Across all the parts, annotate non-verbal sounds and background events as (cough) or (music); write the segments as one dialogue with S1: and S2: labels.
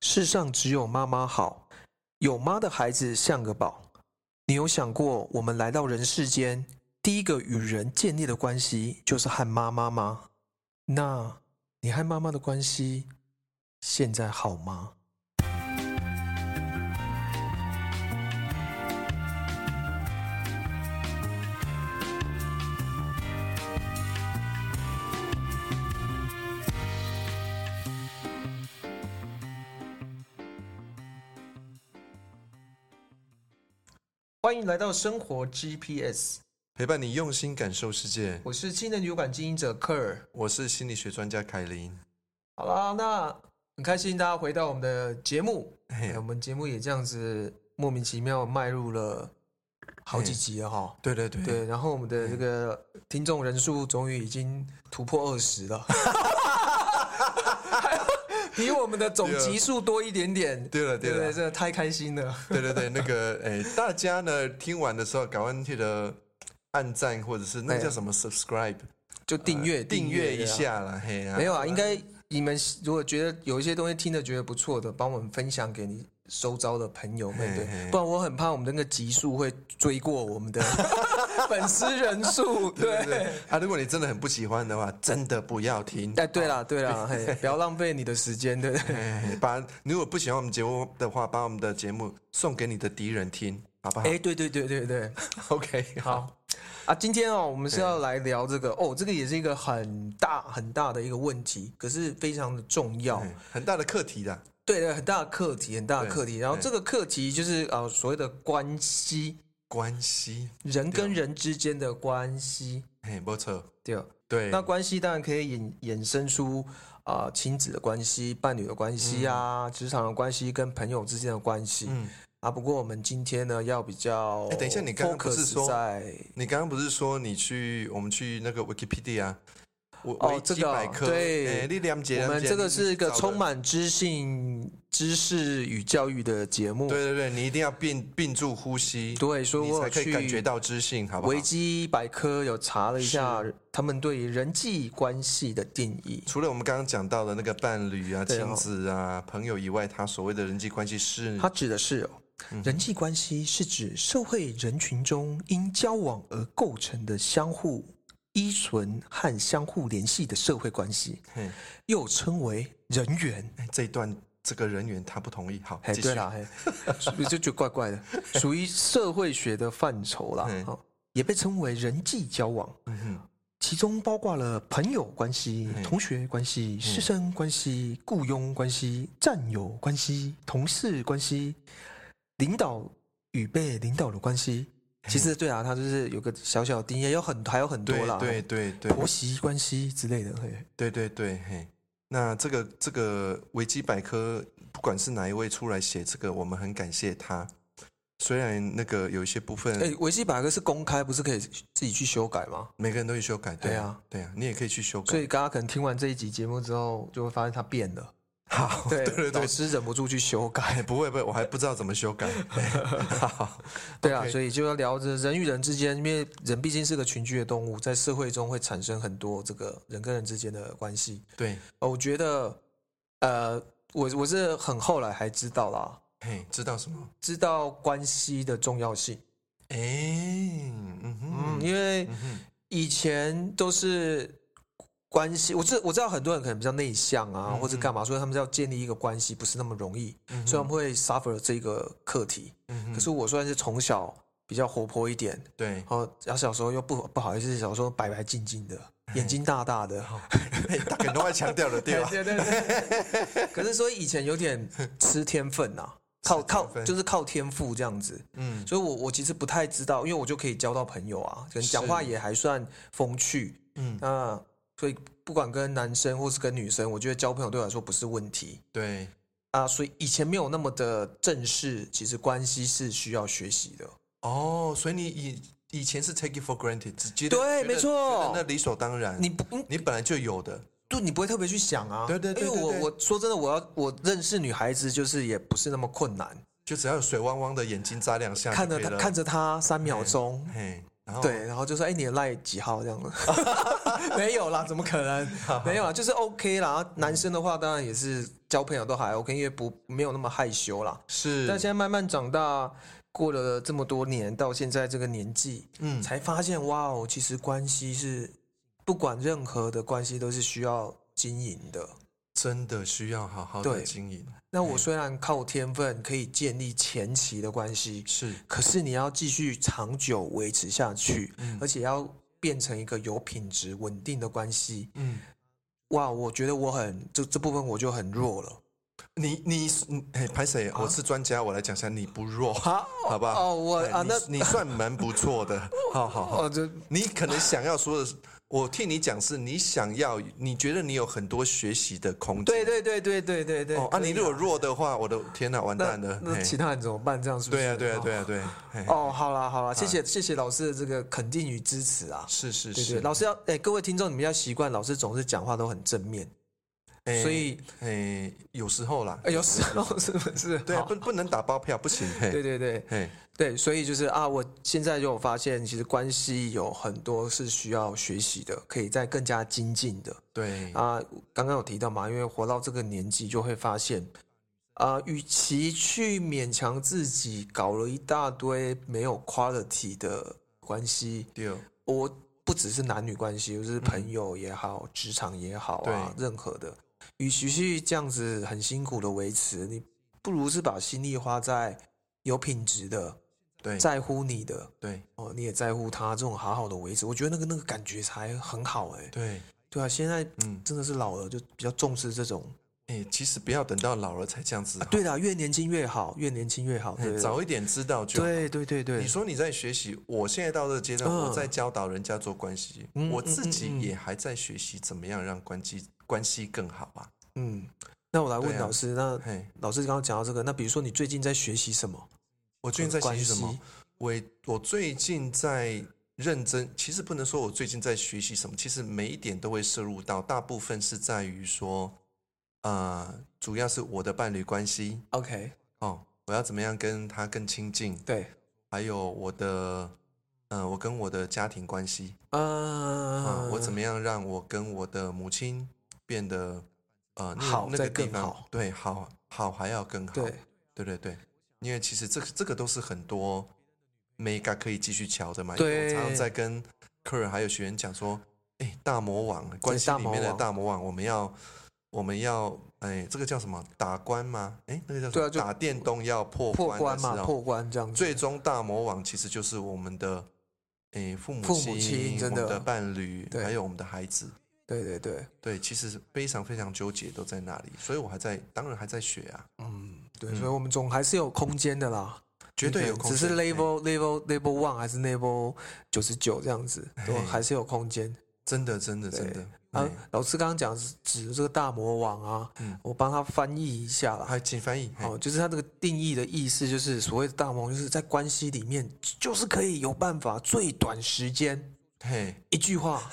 S1: 世上只有妈妈好，有妈的孩子像个宝。你有想过，我们来到人世间，第一个与人建立的关系就是和妈妈吗？那你和妈妈的关系现在好吗？欢迎来到生活 GPS，
S2: 陪伴你用心感受世界。
S1: 我是青年旅馆经营者克尔。
S2: 我是心理学专家凯琳。
S1: 好啦，那很开心大家回到我们的节目，
S2: 嘿
S1: 哎我们节目也这样子莫名其妙迈入了好几集了哈。
S2: 对对对，
S1: 对，然后我们的这个听众人数终于已经突破二十
S2: (laughs)
S1: 了，比我们的总集数多一点点。
S2: 对了对
S1: 对
S2: 了
S1: 真的太开心了。
S2: 对对对，那个 (laughs) 诶，大家呢听完的时候，赶快记得按赞或者是那
S1: 哎
S2: 个叫什么 subscribe，
S1: 就订阅、
S2: 呃订阅一
S1: 对啊
S2: 下啦。嘿啊，
S1: 没有啊，应该你们如果觉得有一些东西听着觉得不错的，帮我们分享给你收招的朋友们，对，
S2: 嘿嘿
S1: 不然我很怕我们那个集数会追过我
S2: (laughs)
S1: 们的粉丝人数，
S2: 对对
S1: 对。
S2: 对 (laughs) 啊，如果你真的很不喜欢的话，真的不要听。
S1: 哎，对啦，对啦，嘿，不要浪费你的时间，对不对？
S2: 哎，把如果不喜欢我们节目的话，把我们的节目送给你的敌人听，好不好、
S1: 哎，对对对对对，
S2: (laughs) ？OK，
S1: 好
S2: (laughs)
S1: 啊，今天哦，我们是要来聊这个哦，这个也是一个很大很大的一个问题，可是非常的重要。
S2: 哎很大的课题的，
S1: 对对，很大的课题，很大的
S2: 对
S1: 课题。然后
S2: 对
S1: 这个课题就是啊、呃所谓的关系，
S2: 关系，
S1: 人跟人之间的关系，
S2: 哎，没错，
S1: 对哦。
S2: 对，
S1: 那关系当然可以衍衍生出啊、呃亲子的关系、伴侣的关系啊、职、场的关系跟朋友之间的关系、
S2: 嗯。
S1: 啊。不过我们今天呢，要比较
S2: 哎等一下你刚刚不是
S1: focus
S2: 说
S1: 在
S2: 你刚刚不是说你去我们去那个 Wikipedia，我
S1: 哦
S2: 啊维
S1: 这
S2: 基
S1: 个
S2: 百科，
S1: 对
S2: 哎你了解
S1: 我
S2: 了
S1: 们
S2: 解
S1: 这个
S2: 你
S1: 是一个
S2: 找的
S1: 充满知性、知识与教育的节目。
S2: 对对对，你一定要并并住呼吸，
S1: 对，所以
S2: 你
S1: 我
S2: 才
S1: 有
S2: 可以感觉
S1: 去
S2: 到知性，好不好
S1: 维？基百科有查了一下他们对于人际关系的定义。
S2: 除了我们刚刚讲到的那个伴侣啊、
S1: 对哦
S2: 亲子啊、朋友以外，他所谓的人际关系是
S1: 它指的是哦，
S2: 嗯
S1: 人际关系是指社会人群中因交往而构成的相互依存和相互联系的社会关系
S2: 嘿，
S1: 又称为人缘。
S2: 哎这一段这个人员他不同意，好，
S1: 哎，
S2: 继
S1: 对
S2: 续。
S1: 啦，哎，是不是就觉得怪怪的？属于社会学的范畴啦
S2: 嗯，
S1: 哦，也被称为人际交往。
S2: 嗯哼
S1: 其中包括了朋友关系、
S2: 嗯
S1: 同学关系、师生关系、雇佣关系、战友关系、同事关系、领导与被领导的关系。其实对啊，它就是有个小小的定义，也有很还有很多啦，哦
S2: 对对对
S1: 婆媳关系之类的。嘿，
S2: 对对对，嘿，那这个这个维基百科，不管是哪一位出来写这个，我们很感谢他。虽然那个有一些部分，
S1: 哎，维基百科是公开，不是可以自己去修改吗？
S2: 每个人都去修改，对
S1: 对啊，
S2: 对啊，你也可以去修改。
S1: 所以大家可能听完这一集节目之后，就会发现它变了。(laughs)
S2: 好，
S1: 对
S2: 对对
S1: 老
S2: 对，
S1: 师忍不住去修改。
S2: 哎，不会不会，我还不知道怎么修改。 (laughs) 好，
S1: 对啊
S2: OK
S1: 所以就要聊着人与人之间，因为人毕竟是个群居的动物，在社会中会产生很多这个人跟人之间的关系。
S2: 对，
S1: 呃，我觉得，呃，我我是很后来还知道啦，
S2: 嘿，知道什么？
S1: 知道关系的重要性。
S2: 哎，嗯
S1: 嗯，
S2: 哼，
S1: 因为
S2: 嗯哼，
S1: 以前都是关系，我知我知道很多人可能比较内向啊，
S2: 嗯
S1: 或者干嘛，所以他们要建立一个关系不是那么容易，
S2: 嗯哼
S1: 所以他们会 suffer 这个课题。
S2: 嗯哼
S1: 可是我算是从小比较活泼一点，
S2: 对，
S1: 然后然后小时候又不不好意思，小时候白白净净的，眼睛大大的，
S2: 嘿大概都爱强调了，对啊吧？
S1: (laughs) 对对对。可是所以以前有点吃天分呐、靠靠
S2: 天分
S1: 就是靠天赋这样子，
S2: 嗯，
S1: 所以我我其实不太知道，因为我就可以交到朋友啊，可能
S2: 是
S1: 讲话也还算风趣，
S2: 嗯
S1: 那所以不管跟男生或是跟女生，我觉得交朋友对我来说不是问题
S2: 对，
S1: 啊，所以以前没有那么的正式，其实关系是需要学习的。
S2: 哦，所以你以以前是 take it for granted，只觉得
S1: 对
S2: 觉得
S1: 没错
S2: 觉得那理所当然，
S1: 你不嗯
S2: 你本来就有的，
S1: 对，你不会特别去想啊。
S2: 对对对
S1: 因为
S2: 对
S1: 我
S2: 对
S1: 我说真的，我要我认识女孩子就是也不是那么困难，
S2: 就只要有水汪汪的眼睛眨两下，
S1: 看着她看
S2: 着，
S1: 着她三秒钟，
S2: 嘿，哦然后
S1: 对，然后就说哎、你的赖几号这样
S2: (laughs)
S1: (laughs) 啊子，没有啦，怎么可能？没有啦，就是 OK 啦。男生的话当然也是交朋友都还 OK，因为不没有那么害羞啦。
S2: 是，
S1: 但现在慢慢长大，过了这么多年，到现在这个年纪，
S2: 嗯，
S1: 才发现哇哦，其实关系是不管任何的关系都是需要经营的。
S2: 真的需要好好的
S1: 对
S2: 经营，
S1: 那
S2: 嗯
S1: 我虽然靠天分可以建立前期的关系，
S2: 是，
S1: 可是你要继续长久维持下去，
S2: 嗯
S1: 而且要变成一个有品质、稳定的关系。
S2: 嗯，
S1: 哇，我觉得我很这这部分我就很弱了。
S2: 你你嗯哎，拍谁？
S1: 啊
S2: 我是专家，我来讲一下，你不弱，
S1: 好，
S2: (laughs) 好吧？
S1: 哦，我
S2: 哎
S1: 啊，
S2: 你
S1: 那
S2: 你算蛮不
S1: (laughs)
S2: 错的，好好好。
S1: 哦，这
S2: 你可能想要说的是，我替你讲是，你想要，你觉得你有很多学习的空间。
S1: 对对对对对对对。
S2: 哦啊，
S1: 可以
S2: 你如果弱的话，我的天哪，完
S1: 那
S2: 蛋了。
S1: 那
S2: 嘿
S1: 其他人怎么办？这样是不是？
S2: 对啊，对啊，
S1: 哦
S2: 对啊，对啊，嘿
S1: 哦，好啦好啦，谢谢谢谢老师的这个肯定与支持啊。
S2: 是是
S1: 对对，
S2: 是，
S1: 老师要哎、各位听众，你们要习惯老师总是讲话都很正面，
S2: 哎
S1: 所以、
S2: 哎，有时候啦，
S1: 哎有时候是不 (laughs) 是？
S2: 对啊，
S1: 好
S2: 不不能打包票，不行，
S1: (laughs) 对
S2: 嘿，
S1: 对对
S2: 嘿，
S1: 对，所以就是啊，我现在就有发现，其实关系有很多是需要学习的，可以再更加精进的
S2: 对，
S1: 啊。刚刚有提到嘛，因为活到这个年纪，就会发现啊，与其去勉强自己搞了一大堆没有 quality 的关系，
S2: 对，
S1: 我不只是男女关系，就是
S2: 嗯
S1: 朋友也好，职场也好啊，任何的，与其去这样子很辛苦的维持，你不如是把心力花在有品质的、
S2: 对，
S1: 在乎你的
S2: 对，
S1: 哦，你也在乎他这种好好的维持，我觉得那个那个感觉才很好哎、
S2: 对，
S1: 对啊，现在
S2: 嗯，
S1: 真的是老了就比较重视这种，
S2: 哎，其实不要等到老了才这样子，啊
S1: 对啦，越年轻越好，越年轻越好，
S2: 嘿
S1: 啊对对
S2: 早一点知道就。
S1: 对对对对
S2: 你，说你在学习，我现在到这个阶段，
S1: 嗯
S2: 我在教导人家做关系，
S1: 嗯
S2: 我
S1: 嗯
S2: 自
S1: 嗯
S2: 己
S1: 嗯
S2: 也还在学习怎么样让关系关系更好啊。
S1: 嗯，那我来问
S2: 对啊
S1: 老师，那
S2: 嘿，
S1: 老师刚刚讲到这个，那比如说你最近在学习什么？
S2: 我最近在学习什
S1: 呃关
S2: 么
S1: 系？
S2: 我我最近在认真，其实不能说我最近在学习什么，其实每一点都会摄入到，大部分是在于说，呃，主要是我的伴侣关系
S1: OK，
S2: 哦，我要怎么样跟他更亲近，
S1: 对，
S2: 还有我的，嗯、我跟我的家庭关系啊、
S1: 啊
S2: 我怎么样让我跟我的母亲变得呃那个
S1: 好
S2: 那
S1: 再
S2: 个地
S1: 更
S2: 方
S1: 好
S2: 对好好还要更好
S1: 啊对
S2: 对对对，因为其实这个这个都是很多 mega 可以继续瞧的嘛。因
S1: 对
S2: 为我常常在跟客人还有学员讲说，哎，大魔王关系
S1: 大
S2: 里
S1: 魔
S2: 面的
S1: 王
S2: 大魔王，我们要我们要哎，这个叫什么打关吗？哎，那个叫什
S1: 对
S2: 么？
S1: 啊就
S2: 打电动要破
S1: 破
S2: 关
S1: 关
S2: 的时
S1: 嘛，
S2: 候，
S1: 破关这样子。
S2: 最终大魔王其实就是我们的哎父母
S1: 父母亲真
S2: 我们
S1: 的
S2: 的伴侣，
S1: 对
S2: 还有我们的孩子。
S1: 对对对，
S2: 对，其实是非常非常纠结，都在那里，所以我还在，当然还在学啊，
S1: 嗯，对，
S2: 嗯
S1: 所以我们总还是有空间的啦，嗯
S2: 绝对有空
S1: 只是
S2: 间哎
S1: level level level one 还是 level 九十九这样子，都
S2: 嘿
S1: 还是有空间。
S2: 真的真的真
S1: 对
S2: 的
S1: 啊
S2: 哎，
S1: 老师刚刚讲是指这个大魔王啊
S2: 嗯，哎
S1: 我帮他翻译一下啦。
S2: 还请翻译。嘿
S1: 哦，就是他这个定义的意思，就是所谓的大魔王，就是在关系里面，就是可以有办法最短时间
S2: 嘿，
S1: 一句
S2: (laughs)
S1: 话，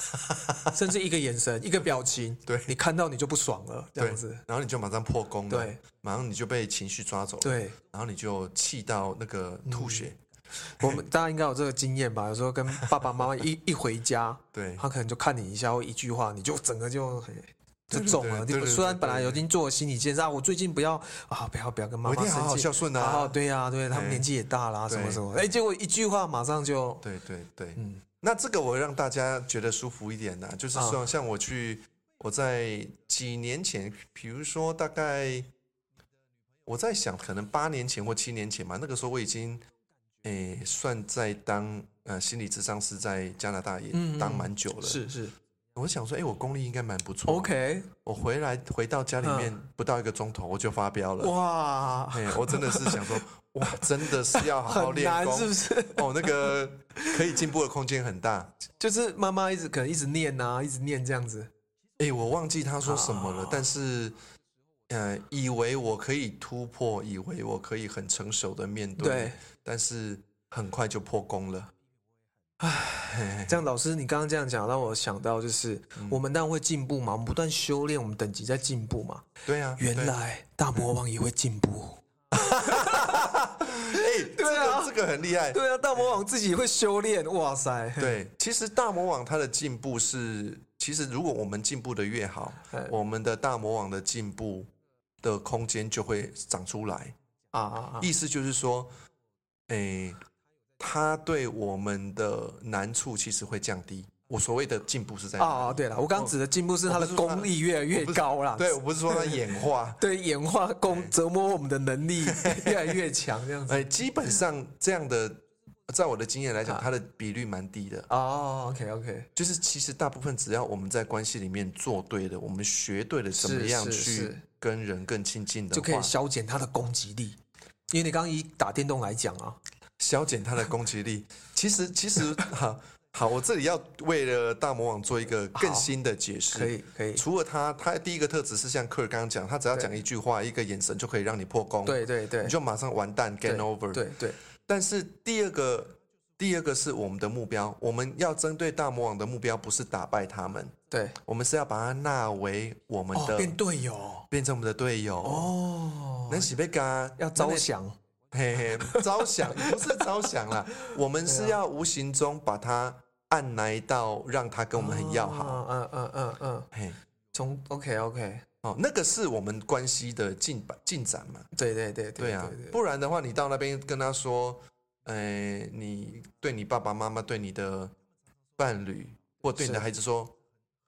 S1: 甚至一个眼神、一个表情，
S2: 对
S1: 你看到你就不爽了，这样子。
S2: 然后你就马上破功了，
S1: 对，
S2: 马上你就被情绪抓走，，
S1: 对，嗯
S2: 然后你就气到那个吐血，
S1: 我
S2: (laughs)
S1: 们大家应该有这个经验吧？有时候跟爸爸妈妈一一回家，
S2: 对，
S1: 他可能就看你一下或一句话，你就整个就很就中了。
S2: 对对对对对
S1: 你
S2: 对
S1: 虽然本来有已经做了心理建设，啊我最近不要啊，不要不要跟妈
S2: 我一
S1: 妈
S2: 定好好
S1: 生气
S2: 孝，顺
S1: 好好
S2: 啊，
S1: 对呀，对他
S2: 哎
S1: 们年纪也大啦，什么
S2: 对
S1: 什么，哎，结果一句话马上就
S2: 对对对。
S1: 嗯
S2: 那这个我让大家觉得舒服一点的，就是
S1: 啊
S2: 说，像我去，我在几年前，比如说大概我在想，可能八年前或七年前吧，那个时候我已经诶算在当呃心理智商师，在加拿大也
S1: 嗯嗯
S2: 当
S1: 嗯
S2: 蛮久了。
S1: 是是
S2: 我想说，哎，我功力应该蛮不错的。
S1: OK，嗯
S2: 我回来回到家里面不到一个钟头，我就发飙了。
S1: 哇，
S2: 哎，我真的是想说，哇，真的是要好好
S1: 很
S2: 练
S1: 难
S2: 功
S1: 是不是？
S2: 哦，那个可以进步的空间很大。
S1: 就是妈妈一直可能一直念啊，一直念这样子，
S2: 哎，我忘记他说什么了，
S1: 啊
S2: 但是，呃，以为我可以突破，以为我可以很成熟的面对，
S1: 对。
S2: 但是很快就破功了。唉，
S1: 这样，老师，你刚刚这样讲，让我想到就是，
S2: 嗯
S1: 我们当然会进步嘛，我们不断修炼，我们等级在进步嘛。
S2: 对啊，
S1: 原
S2: 对
S1: 来大魔王也会进步，
S2: 哎，这
S1: 对啊
S2: 个这个很厉害。
S1: 对啊，大魔王自己会修炼，哇塞，
S2: 对，其实大魔王他的进步是，其实如果我们进步的越好
S1: 哎，
S2: 我们的大魔王的进步的空间就会长出来。
S1: 啊啊啊！
S2: 意思就是说，诶、他对我们的难处其实会降低。我所谓的进步是在哪
S1: 啊，
S2: 里
S1: 对了，我刚刚指的进步是
S2: 我
S1: 它的
S2: 不是说它
S1: 功力越来越
S2: 我不是
S1: 高啦，，
S2: 对我不是说它演化
S1: (laughs) 对，演化功折磨我们的能力越来越强，这样子。
S2: 哎，基本上这样的，在我的经验来讲，
S1: 啊
S2: 它的比率蛮低的。
S1: 哦，OK OK，
S2: 就是其实大部分只要我们在关系里面做对了，我们学对了怎么
S1: 是
S2: 样
S1: 是
S2: 去
S1: 是
S2: 跟人更亲近的
S1: 就可以
S2: 话，
S1: 消减它的攻击力。因为你刚刚以打电动来讲啊，
S2: 消减他的攻击力。其实其实好好，我这里要为了大魔王做一个更
S1: 好
S2: 新的解释。
S1: 可以可以，
S2: 除了他，他第一个特质是像克尔刚刚讲，他只要
S1: 对
S2: 讲一句话、一个眼神就可以让你破功，，
S1: 对对对
S2: 你，就马上完蛋
S1: 对
S2: game over。
S1: 对对，
S2: 但是第二个，第二个是我们的目标，我们要针对大魔王的目标不是打败他们，
S1: 对，
S2: 我们是要把它纳为我们
S1: 哦
S2: 的、，
S1: 变队友
S2: 变成我们的队友。
S1: 哦，
S2: 那喜贝嘎
S1: 要招，降
S2: 那 (laughs) 嘿嘿，招降不是招降
S1: (laughs)
S2: 啦，我们是要无形中把它按来到让他跟我们很要好。
S1: 哦嗯嗯嗯嗯，
S2: 嘿，
S1: 从 OK OK，
S2: 哦，那个是我们关系的进展进展嘛。
S1: 对对对
S2: 对啊，
S1: 对
S2: 不然的话，你到那边跟他说，呃，你对你爸爸妈妈、对你的伴侣或对你的
S1: 是
S2: 孩子说，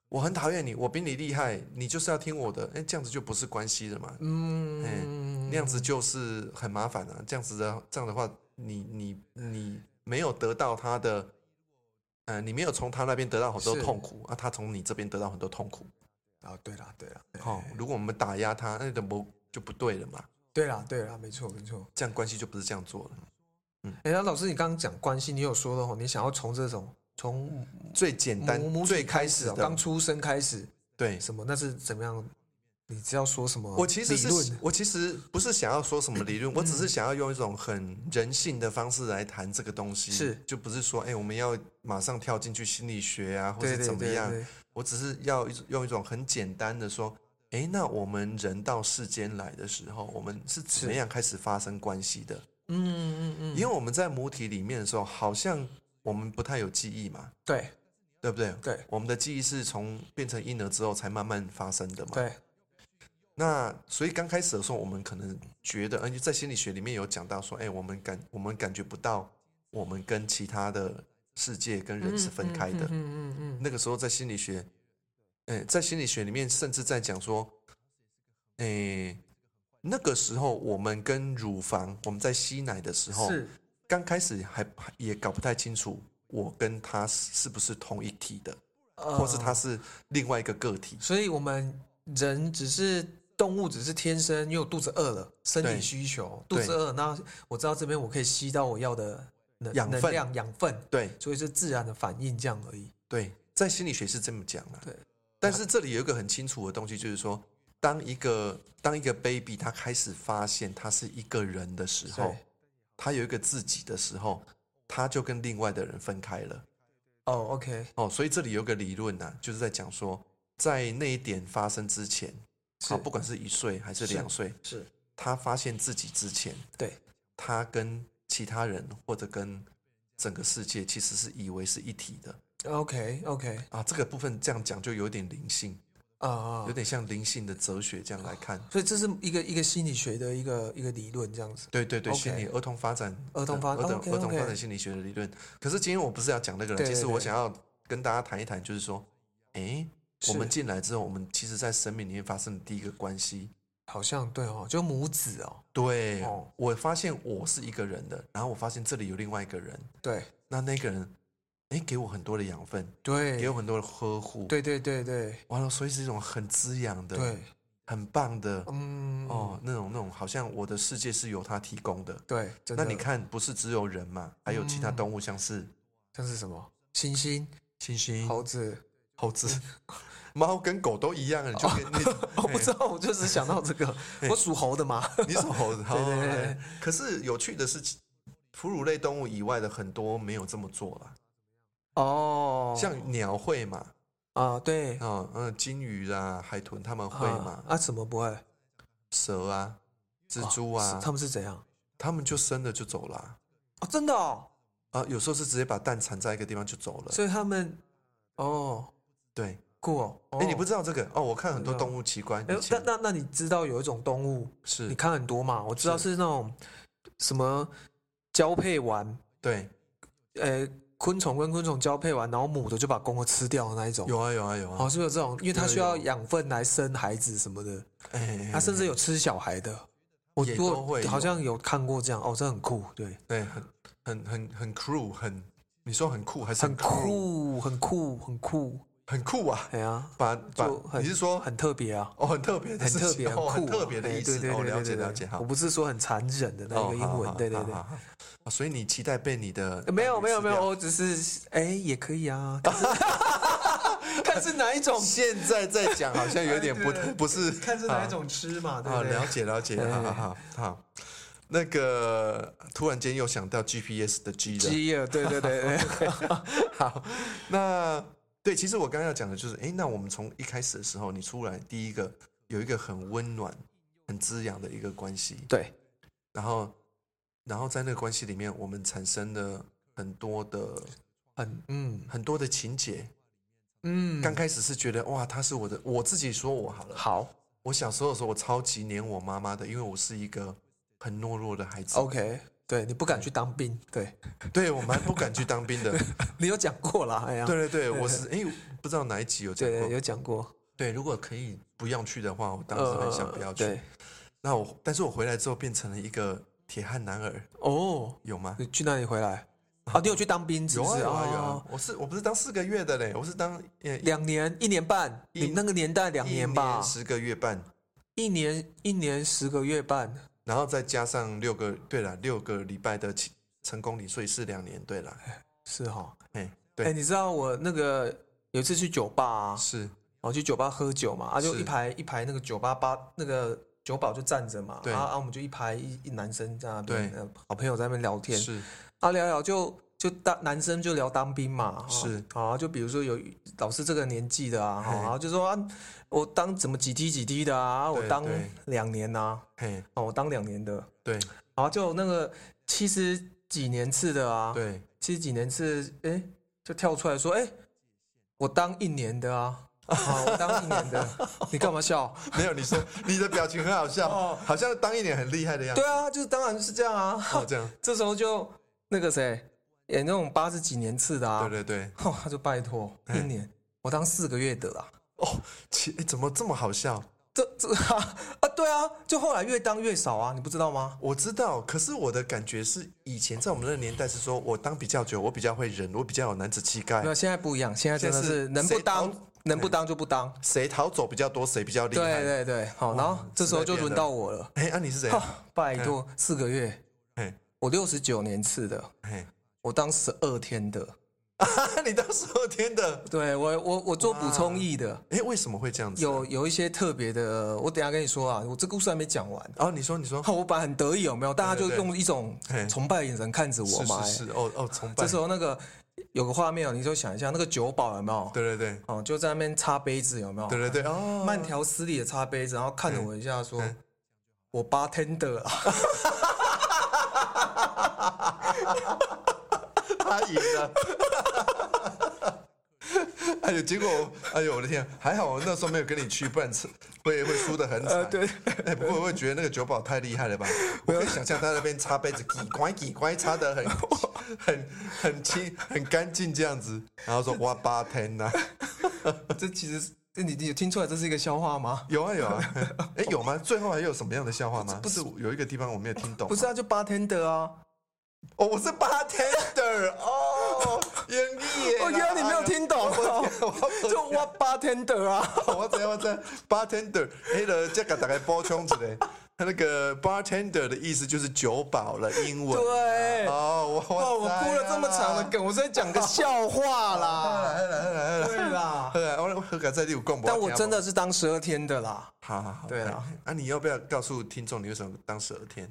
S2: 我很讨厌你，我比你厉害，你就是要听我的，哎，这样子就不是关系了嘛，
S1: 嗯，
S2: 那样子就是很麻烦啊。这样子的，这样的话，你你你没有得到他的，呃，你没有从他那边得到很多
S1: 是
S2: 痛苦啊，他从你这边得到很多痛苦。
S1: 啊，对啦对啦，对
S2: 哦，如果我们打压他，那就不就不对了嘛，
S1: 对啦对啦，没错没错。
S2: 这样关系就不是这样做了。
S1: 哎，那老师，你刚刚讲关系，你有说的哦，你想要从这种从
S2: 最简单
S1: 母母、体
S2: 最开始
S1: 是啊
S2: 的，
S1: 刚出生开始，
S2: 对
S1: 什么那是怎么样？你知道说什么？
S2: 我其
S1: 嗯
S2: 实
S1: 理
S2: 是
S1: 论，嗯
S2: 我其实不是想要说什么理论，我只是想要用一种很人性的方式来谈这个东西，
S1: 是
S2: 就不是说哎、我们要马上跳进去心理学啊，或
S1: 对
S2: 是
S1: 对
S2: 怎么
S1: 对
S2: 样，
S1: 对，
S2: 我只是要一种用一种很简单的说。哎，那我们人到世间来的时候，我们是怎么样开始发生关系的？
S1: 嗯嗯嗯，
S2: 因为我们在母体里面的时候，好像我们不太有记忆嘛，
S1: 对
S2: 对不对？
S1: 对
S2: 我们的记忆是从变成婴儿之后才慢慢发生的嘛。
S1: 对
S2: 那所以刚开始的时候，我们可能觉得，而且在心理学里面有讲到说，哎，我们感我们感觉不到我们跟其他的世界跟人是分开的。
S1: 嗯嗯嗯嗯，
S2: 那个时候在心理学，哎，在心理学里面甚至在讲说，哎，那个时候我们跟乳房，我们在吸奶的时候，
S1: 是
S2: 刚开始还也搞不太清楚我跟他是是不是同一体的，
S1: 呃
S2: 或是他是另外一个个体。
S1: 所以我们人只是动物，只是天生，因为我肚子饿了，生理
S2: 对
S1: 需求，肚
S2: 对
S1: 子饿，那我知道这边我可以吸到我要的能
S2: 养分
S1: 能量、养分，
S2: 对
S1: 所以是自然的反应这样而已。
S2: 对，在心理学是这么讲的。
S1: 对，
S2: 但是这里有一个很清楚的东西，就是说，当一个当一个 baby 他开始发现他是一个人的时候
S1: 对，
S2: 他有一个自己的时候，他就跟另外的人分开了。
S1: 哦，OK，
S2: 哦，所以这里有个理论呐、就是在讲说，在那一点发生之前，
S1: 是
S2: 啊，不管是一岁还是
S1: 是
S2: 两岁，
S1: 是
S2: 他发现自己之前，
S1: 对
S2: 他跟其他人或者跟整个世界其实是以为是一体的
S1: ，OK OK，
S2: 啊。这个部分这样讲就有点灵性，
S1: 啊啊
S2: 有，点像灵性的哲学这样来看。
S1: 所以这是一个一个心理学的一个一个理论这样子。
S2: 对对对，
S1: OK
S2: 心理儿童发展
S1: 儿童发
S2: 儿童
S1: OK，OK
S2: 儿童发展心理学的理论。可是今天我不是要讲那个
S1: 对
S2: 人，
S1: 对
S2: 其实我
S1: 对
S2: 想要跟大家谈一谈，就是说，诶，我
S1: 是
S2: 们进来之后，我们其实在生命里面发生的第一个关系，
S1: 好像对哦，就母子哦，
S2: 对
S1: 哦
S2: 我发现我是一个人的，然后我发现这里有另外一个人，
S1: 对
S2: 那那个人，诶，给我很多的养分，
S1: 对
S2: 给我很多的呵护，，
S1: 对对对对
S2: 完了，所以是一种很滋养的，
S1: 对，，
S2: 很棒的，
S1: 嗯，
S2: 哦，那种那种，好像我的世界是由他提供的。
S1: 对，真
S2: 那
S1: 的
S2: 你，看，不是只有人嘛，还有其他
S1: 嗯
S2: 动物，像是
S1: 像是什么猩猩、
S2: 猩猩、
S1: 猴子，
S2: 猴子、 (laughs) 猫跟狗都一样啊，你就跟你
S1: 哦 (laughs) 我不知道，我就是想到这
S2: (laughs)
S1: 个，我属猴的嘛，
S2: 哎你是猴子，
S1: 对对
S2: 哦
S1: 对
S2: 哎可是有趣的是，哺乳类动物以外的很多没有这么做啦，
S1: 哦，
S2: 像鸟会嘛，
S1: 啊，对，
S2: 啊嗯，金鱼啊、海豚它们会嘛
S1: 啊，，啊，怎么不会？哦
S2: 蛇啊、蜘蛛
S1: 是
S2: 啊，
S1: 他们是怎样？
S2: 它们就生了就走啦。
S1: 哦，真的哦，
S2: 啊，有时候是直接把蛋产在一个地方就走了。
S1: 所以他们，哦，
S2: 对，
S1: 酷哦。
S2: 哎、
S1: 哎
S2: 你不知道这个哦？我看很多
S1: 知道
S2: 动物奇观，
S1: 哎
S2: 以前
S1: 那那那你知道有一种动物，你
S2: 是
S1: 看很多嘛？我知道是那种什么交配完，
S2: 对，
S1: 呃，昆虫跟昆虫交配完，然后母的就把公的吃掉的那一种。
S2: 有啊有啊有啊
S1: 哦，，是不是有这种？因为它
S2: 有
S1: 需要
S2: 有
S1: 养分来生孩子什么的，
S2: 哎、
S1: 它甚至有吃小孩的。我
S2: 也
S1: 我
S2: 都会有
S1: 好像有看过这样，哦，这很酷，对，
S2: 对，很很很很 cool，很你说很酷还是
S1: 很
S2: cruel？
S1: 酷，很酷，很酷，
S2: 很酷啊！
S1: 哎呀，
S2: 把把
S1: 就很
S2: 你是说
S1: 很特别啊，
S2: 哦很特别的
S1: 很
S2: 事
S1: 特
S2: 情
S1: 别，很
S2: 哦
S1: 酷啊，
S2: 很特别的
S1: 哎
S2: 意思
S1: 对对
S2: 哦，
S1: 对对
S2: 了
S1: 对
S2: 解
S1: 对
S2: 了解
S1: 我
S2: 好。
S1: 不是说很残忍的那
S2: 哦
S1: 一个
S2: 好
S1: 英文，
S2: 好
S1: 对对
S2: 好
S1: 对呃
S2: 好，好哦所以你期待被你的
S1: 没有
S2: 伴
S1: 没
S2: 侣
S1: 有
S2: 吃
S1: 没有，
S2: 掉
S1: 我只是哎也可以
S2: (laughs)
S1: 啊，可是看是 (laughs) 哪一种，
S2: 现 (laughs) 在在讲好像有点 (laughs) 不
S1: 对对对
S2: 不是
S1: 看是哪一种吃嘛，对
S2: 啊，
S1: 不
S2: 了
S1: 对？
S2: 解了解，好好好好。那个突然间又想到 GPS 的 G 了，
S1: 鸡啊，对对对对，
S2: (laughs) 好，那对，其实我刚刚要讲的就是，哎，那我们从一开始的时候，你出来第一个有一个很温暖、很滋养的一个关系，
S1: (laughs) 对，
S2: 然后，然后在那个关系里面，我们产生了很多的
S1: 很嗯
S2: 很多的情节。
S1: 嗯，
S2: 刚开始是觉得哇，他是我的，我自己说我好了。
S1: 好
S2: 我小时候的时候，我超级黏我妈妈的，因为我是一个很懦弱的孩子。
S1: ，OK，对你不敢去当兵，对
S2: 对我蛮不敢去当兵的。
S1: (laughs) 你有讲过啦，哎呀，
S2: 对对
S1: (laughs)
S2: 对，我是哎，不知道哪一集有讲
S1: 对
S2: 过
S1: 对。有讲过，
S2: 对，如果可以不要去的话，我当时很想不要去。
S1: 呃对
S2: 那我，但是我回来之后变成了一个铁汉男儿，
S1: 哦，
S2: 有吗？
S1: 你去哪里回
S2: (laughs)
S1: 来？啊，你有去当兵是
S2: 有
S1: 不
S2: 啊
S1: 是？
S2: 有啊有啊
S1: 哦！
S2: 我是我不是当四个月的嘞，我是当呃一
S1: 两年一年半，
S2: 一
S1: 你们那个年代两
S2: 一
S1: 年吧，
S2: 十个月半，
S1: 一年一年十个月半，
S2: 然后再加上六个，对了，六个礼拜的起成功礼，所以是两年，对了，
S1: 是哈。
S2: 哎，
S1: 哎、
S2: 对，
S1: 你知道我那个有一次去酒吧、啊，然
S2: 是
S1: 后去酒吧喝酒嘛，啊，就是一排一排那个酒吧吧那个酒保就站着嘛，
S2: 对
S1: 啊啊，我们就一排一一男生在那边，
S2: 对
S1: 呃好朋友在那边聊天，
S2: 是
S1: 啊聊聊就就当男生就聊当兵嘛，哈
S2: 是
S1: 啊，就比如说有老师这个年纪的啊，哈
S2: 嘿
S1: 然后就说啊，我当怎么几梯几梯的啊，我
S2: 对
S1: 当
S2: 对
S1: 两年呐、
S2: 嘿，
S1: 啊，我当两年的，
S2: 对
S1: 然后就有那个七十几年次的啊，
S2: 对
S1: 七十几年次，哎，就跳出来说，哎，我当一年的啊，啊，我当一年
S2: (laughs)
S1: 的，你干嘛笑？
S2: 没有，你说你的表情很好笑，
S1: 哦
S2: 好像当一年很厉害的样子
S1: 对，啊，就是当然是这样啊。 (laughs)
S2: 哦这样，
S1: 这时候就那个谁，演那种八十几年次的
S2: 对
S1: 啊，
S2: 对对，
S1: 哦，他就拜托
S2: 哎
S1: 一年，我当四个月的啦。
S2: 哦，其哎怎么这么好笑？
S1: 这这啊啊，对啊，就后来越当越少啊，你不知道吗？
S2: 我知道，可是我的感觉是，以前在我们那个年代是说，我当比较久，我比较会忍，我比较有男子气概
S1: 没，有，现在不一样，现在真的
S2: 哎现在
S1: 是
S2: 是
S1: 能不
S2: 谁逃
S1: 当能不当就不当。
S2: 谁逃走比较多，谁比较厉害。
S1: 对哦对对，好，然后这时候就轮到我了。
S2: 哎，啊你是谁？
S1: 哈，拜托，四个月
S2: 嘿，
S1: 我六十九年次的，
S2: 哎，
S1: 我当十二天的，
S2: 啊你当时候天的，
S1: 对我我我做补充役的，
S2: 哎，为什么会这样子？
S1: 有有一些特别的，我等一下跟你说啊，我这故事还没讲完。
S2: 哦，你说你说，
S1: 哈我本来很得意，有没有？大家就
S2: 对对对
S1: 用一种
S2: 嘿
S1: 崇拜的眼神看着我
S2: 是
S1: 嘛。
S2: 是
S1: 哎
S2: 是，哦哦，崇拜
S1: 这，时候那个有个画面哦，你就想一下，那个酒保有没有？
S2: 对对对
S1: 哦，就在那边擦杯子，有没有？
S2: 对对对，哦，
S1: 慢条斯理的擦杯子，然后看了我一下，说：“我 bartender 啊。
S2: 他
S1: (laughs)
S2: 赢了。哎呦，结果我，哎呦，我的天啊！还好我那时候没有跟你去，不然吃会会输的很
S1: (laughs)
S2: 惨、
S1: 呃对
S2: (laughs) 哎，不过我会觉得那个酒保太厉害
S1: (laughs)
S2: 了吧？我可以想象他那边擦杯子，几乖几乖，擦的很 (laughs) 很很清很干净这样子，然后说哇八天呐， (laughs)
S1: 这其实是这你你有听出来这是一个笑话吗？
S2: 有啊有啊， (laughs) 哎有吗？最后还有什么样的笑话吗？不是有一个地方我没有听懂吗，
S1: 不是啊，就 bartender 啊。
S2: 哦，我是 bartender 哦，英语耶，啊
S1: 哦，原来你没有听懂哦，
S2: (laughs)
S1: 就我 bartender 啊。
S2: 我知我知，bartender，哎了，这个大概补充一下，他那个 bartender 的意思就是酒保了，英文。
S1: 对，哇，
S2: 哦，我
S1: 我
S2: 知
S1: 铺了
S2: 啦
S1: 这么长
S2: 啊
S1: 的梗，我是在讲个笑话啦。
S2: (laughs) 来来来来来，
S1: 对啦，
S2: 好啊， (laughs) 我啊何敢在这有广播？
S1: 但我真的是当十二天的啦。
S2: 好好好，
S1: 对啊
S2: 哎啊，你要不要告诉听众你为什么当十二天？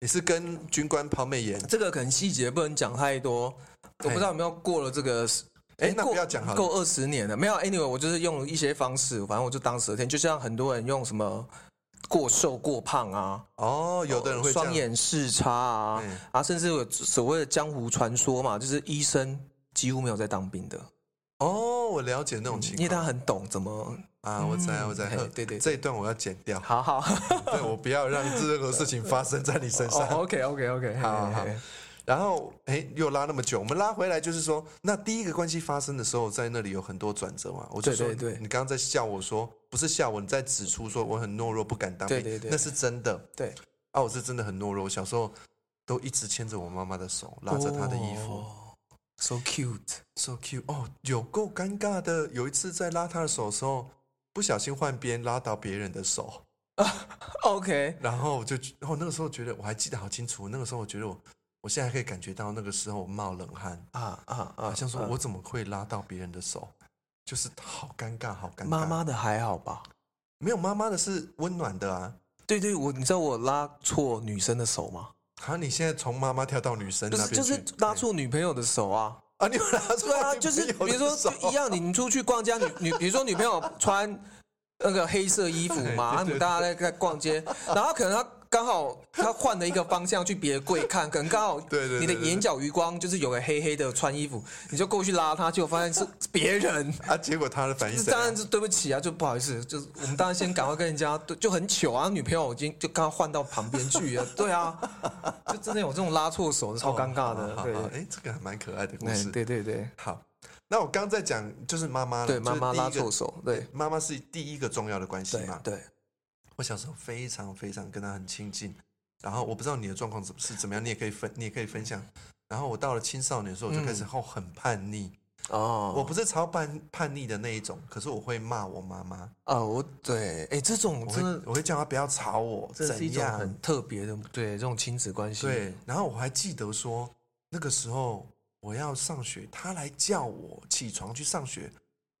S2: 你是跟军官抛媚眼？
S1: 这个可能细节不能讲太多，我不知道有没有过了这个。
S2: 哎那
S1: 过
S2: 不要讲好了
S1: 够二十年了，没有。Anyway，我就是用一些方式，反正我就当十二天，就像很多人用什么过瘦、过胖啊，
S2: 哦，有的人会这
S1: 双
S2: 样，
S1: 眼视差啊，
S2: 嗯
S1: 啊，甚至有所谓的江湖传说嘛，就是医生几乎没有在当兵的，
S2: 哦，我了解那种情
S1: 因为
S2: 况
S1: 他很懂怎么。
S2: 啊，我在我在
S1: 嘿，对对对
S2: 这一段我要剪掉，
S1: 好
S2: (laughs)
S1: 好，
S2: 对我不要让任何事情发生在你身上。
S1: 哦，OK OK OK，
S2: 好好然后，哎，又拉那么久，我们拉回来就是说，那第一个关系发生的时候，在那里有很多转折嘛。我就
S1: 对
S2: 说，
S1: 对对
S2: 你刚刚在笑我说，不是笑我，你在指出说我很懦弱，不敢当兵，
S1: 对对对
S2: 那是真的
S1: 对，
S2: 啊，我是真的很懦弱。我小时候都一直牵着我妈妈的手，拉着她的衣服、
S1: 哦，so cute，
S2: s o cute 哦，有够尴尬的。有一次在拉她的手的时候，不小心换边拉到别人的手，
S1: OK，
S2: 然后我就，然后那个时候觉得我还记得好清楚，那个时候我觉得我，我现在还可以感觉到那个时候我冒冷汗。
S1: 啊啊啊，
S2: 好像说
S1: 啊
S2: 我怎么会拉到别人的手，就是好尴尬，好尴尬。
S1: 妈妈的还好吧？
S2: 没有妈妈的是温暖的啊。
S1: 对对，我你知道我拉错女生的手吗？
S2: 好、你现在从妈妈跳到女生
S1: 就
S2: 那
S1: 是
S2: 边
S1: 就是
S2: 去
S1: 拉错女朋友的手啊。
S2: 啊，你有拉出
S1: 对啊，
S2: 来
S1: 就是
S2: 女
S1: 比
S2: 朋
S1: 如
S2: 友的
S1: 说
S2: 手
S1: 就一样，你出去逛街，女女，比如说女朋友穿那个黑色衣服嘛，啊，
S2: 对对
S1: 你们大家在在逛街，然后可能她刚好她换了一个方向去别的柜看，可能刚好
S2: 对对对
S1: 你的
S2: 对对
S1: 眼角余光就是有个黑黑的穿衣服，你就过去拉她，结果发现是是别人。
S2: 啊，结果他的反应
S1: 这
S2: 怎
S1: 当
S2: 样
S1: 然？是对不起啊，就不好意思，就是我们当然先赶快跟人家，对，就很糗啊，女朋友已经就刚刚换到旁边去啊，对啊，就真的有这种拉错手的，超尴尬的，
S2: 哦好好
S1: 对
S2: 好，哎，这个还蛮可爱的故
S1: 哎
S2: 事。
S1: 对对对
S2: 好，那我刚在讲就是妈妈了，
S1: 对，
S2: 就是
S1: 妈妈
S2: 第一
S1: 拉
S2: 个
S1: 错，手，对
S2: 妈妈是第一个重要的关系
S1: 对
S2: 嘛。
S1: 对，
S2: 我小时候非常非常跟他很亲近，然后我不知道你的状况是是怎么样，你也可以分，你也可以分享。然后我到了青少年的时候，我就
S1: 嗯
S2: 开始后很叛逆，
S1: 哦，
S2: 我不是超叛叛逆的那一种，可是我会骂我妈妈，
S1: 啊，我对，哎，这种
S2: 我
S1: 真
S2: 会
S1: 的
S2: 我会叫她不要吵我，
S1: 这是一
S2: 怎
S1: 种
S2: 样
S1: 很？特别的，对这种亲子关系，
S2: 对，然后我还记得说，那个时候我要上学，她来叫我起床去上学，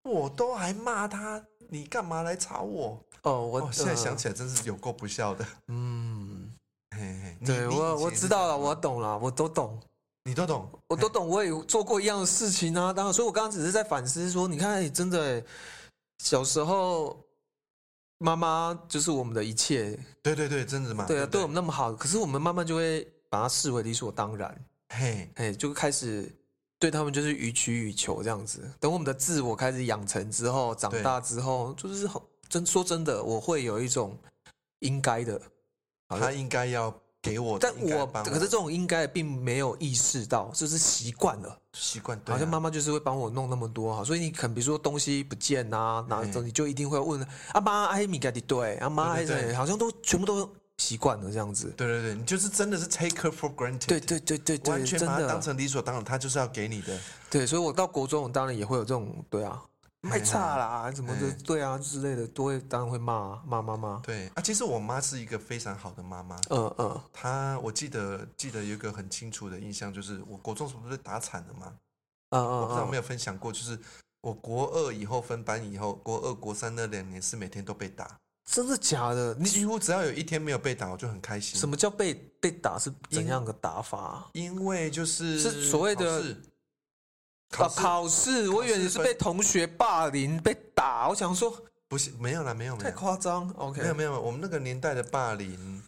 S2: 我都还骂她，你干嘛来吵我？
S1: 哦，我
S2: 哦，现在想
S1: 呃
S2: 起来真是有够不
S1: (laughs)
S2: 孝的。
S1: 嗯，
S2: 嘿嘿，你
S1: 对
S2: 你以
S1: 我
S2: 前
S1: 我
S2: 是
S1: 知道
S2: 这
S1: 了，
S2: 样吗
S1: 我懂了，我都懂。
S2: 你都懂，
S1: 我都懂，我也做过一样的事情啊。当然，所以我刚刚只是在反思说，你看，哎真的哎，小时候妈妈就是我们的一切，
S2: 对对对，真的嘛？
S1: 对啊，
S2: 不
S1: 对我们那么好，可是我们慢慢就会把它视为理所当然，
S2: 嘿，
S1: 哎，就开始对他们就是予取予求这样子。等我们的自我开始养成之后，长
S2: 对
S1: 大之后，就是好真说真的，我会有一种应该的，好
S2: 他应该要给我的，
S1: 但
S2: 应该
S1: 我
S2: 帮
S1: 可是这种应该并没有意识到，就是习惯了。
S2: 习惯，对啊
S1: 好像妈妈就是会帮我弄那么多哈，所以你可能比如说东西不见啊，哪
S2: 嗯
S1: 种你就一定会问啊妈哎米该的对啊妈哎
S2: 对对对
S1: 好像都全部都习惯了这样子。
S2: 对对对，你就是真的是 take her for granted，
S1: 对对对对对，
S2: 完全
S1: 真
S2: 把它当
S1: 的
S2: 成理所当然，他就是要给你的。
S1: 对，所以我到国中，我当然也会有这种对
S2: (laughs)
S1: 啊，卖差啦什么的，
S2: 嗯
S1: 对啊之类的，都会当然会骂啊骂妈妈。
S2: 对啊，其实我妈是一个非常好的妈妈，
S1: 嗯嗯，
S2: 她我记得记得有一个很清楚的印象，就是我国中时候不是打惨了吗？
S1: 嗯
S2: 我不知道有
S1: 嗯
S2: 没
S1: 嗯，
S2: 有分享过，就是我国二以后分班以后，国二国三那两年是每天都被打，
S1: 真的假的？你
S2: 几乎只要有一天没有被打，我就很开心。
S1: 什么叫被被打是怎样的打法啊？
S2: 因为就是
S1: 是所谓的
S2: 考试
S1: 啊
S2: 考试
S1: 考试，我以为你是
S2: 考试分
S1: 被同学霸凌被打，我想说
S2: 不是没有啦，没有没
S1: 太
S2: 有
S1: 夸张。OK，
S2: 没有没有，我们那个年代的霸凌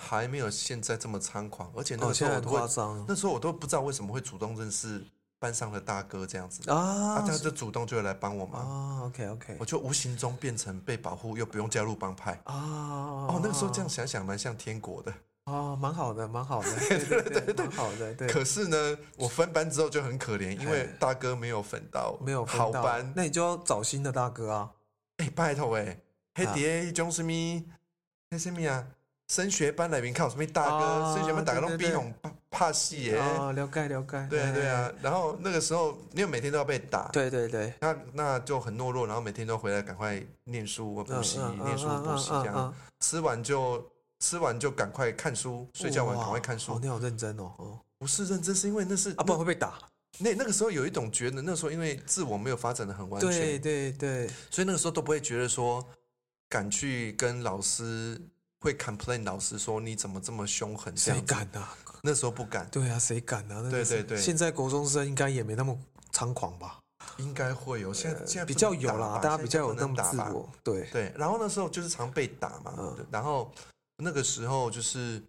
S2: 还没有现在这么猖狂，而且那
S1: 哦，
S2: 个时
S1: 现在
S2: 候我
S1: 很
S2: 都会、
S1: 夸张
S2: 那时候我都不知道为什么会主动认识班上的大哥这样子，啊，
S1: 啊
S2: 他就主动就会来帮我忙，
S1: 啊，OK OK
S2: 我就无形中变成被保护又不用加入帮派。
S1: 啊，哦
S2: 哦，那个时候这样想想蛮像天国的，
S1: 哦，蛮好的，蛮好的，对对对，蛮好的，对，
S2: 可是呢，我分班之后就很可怜，因为大哥没有分到，
S1: 没有分
S2: 好
S1: 到
S2: 班，
S1: 那你就要找新的大哥啊。
S2: 哎、拜托哎、欸，迄伫迄种什物，迄什物啊，升学班内面看有什物大哥，
S1: 啊
S2: 升学班大哥
S1: 对对
S2: 拢比
S1: 对
S2: 红怕死耶，
S1: 啊，了解了解，
S2: 对啊
S1: 哎
S2: 对啊，，然后那个时候因为每天都要被打，
S1: 对对对，
S2: 那那就很懦弱，然后每天都回来赶快念书补
S1: 嗯
S2: 习，念书补习这样，吃完就吃完就赶快看书，睡觉完赶快看
S1: 哦
S2: 书，，
S1: 你好认真哦，哦
S2: 不是认真，是因为那是
S1: 啊，不然会被打。
S2: 那那个时候有一种觉得，那时候因为自我没有发展的很完全，
S1: 对对对，
S2: 所以那个时候都不会觉得说敢去跟老师会 complain 老师说你怎么这么凶狠这
S1: 谁
S2: 样子，
S1: 敢啊？
S2: 那时候不敢，
S1: 对啊，谁敢啊？那个
S2: 对
S1: 是
S2: 对对
S1: 现在国中生应该也没那么猖狂吧？
S2: 应该会有，现在、现在
S1: 呃比
S2: 不能
S1: 较有
S2: 打吧
S1: 啦，大家
S2: 现在
S1: 比较
S2: 不
S1: 有那
S2: 能
S1: 么
S2: 打
S1: 自
S2: 吧，
S1: 我，对，
S2: 对，然后那时候就是常被打嘛，
S1: 嗯
S2: 对然后那个时候就是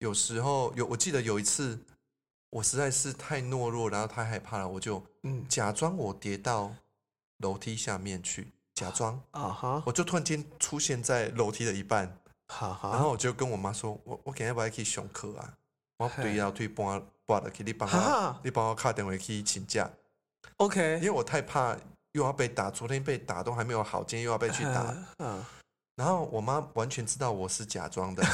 S2: 有时候有，我记得有一次我实在是太懦弱，然后太害怕了，我就
S1: 嗯，
S2: 假装我跌到楼梯下面去，假装，
S1: 啊哈，
S2: 我就突然间出现在楼梯的一半，
S1: 哈
S2: 然
S1: 哈，
S2: 后我就跟我妈说，我我今日要去上课啊，我
S1: 嘿
S2: 对要对搬搬落去，你帮我
S1: 哈，
S2: 你帮我打电话去请假，因
S1: 啊 OK，
S2: 为我太怕又要被打，昨天被打都还没有好，今天又要被去打，
S1: 嗯，
S2: 然后我妈完全知道我是假装的，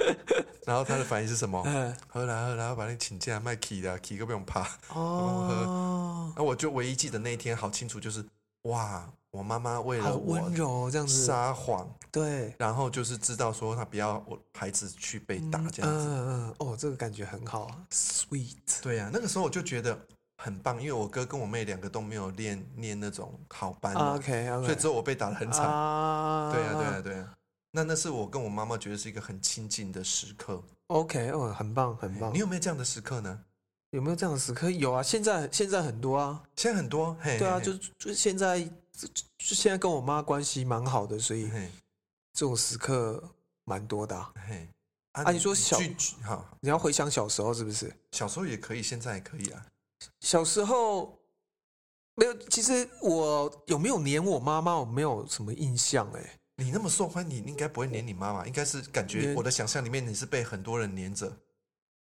S2: (laughs) 然后她的反应是什么？
S1: 嗯，
S2: 好啦好啦，我把你请假，卖 key 啦，key 都不用怕。
S1: 哦，
S2: 那我就唯一记得那一天好清楚，就是哇，我妈妈为
S1: 好
S2: 了
S1: 温
S2: 我
S1: 柔这样子，
S2: 撒谎，
S1: 对，
S2: 然后就是知道说她不要我孩子去被打这样子。
S1: 嗯嗯，哦，这个感觉很好啊，sweet，
S2: 对呀、那个时候我就觉得很棒，因为我哥跟我妹两个都没有练念那种好班嘛，
S1: 啊，OK OK，
S2: 啊所以只有我被打得很惨。
S1: 啊，
S2: 对呀、对呀、对呀、那那是我跟我妈妈觉得是一个很亲近的时刻。
S1: ，OK，哦，很棒很棒
S2: 你，有没有这样的时刻呢？
S1: 有没有这样的时刻？有啊，现在现在很多啊，
S2: 现在很多，嘿，
S1: 对啊，
S2: 嘿
S1: 就就现在就就现在跟我妈关系蛮好的，所以
S2: 嘿
S1: 这种时刻蛮多的啊、
S2: 嘿，
S1: 啊你说小
S2: 聚聚好，
S1: 你要回想小时候是不是？
S2: 小时候也可以，现在也可以啊。
S1: 小时候没有，其实我有没有黏我妈妈，我没有什么印象哎、
S2: 你那么受欢迎，你应该不会黏你妈妈，应该是感觉
S1: 黏
S2: 我的想象里面你是被很多人黏着，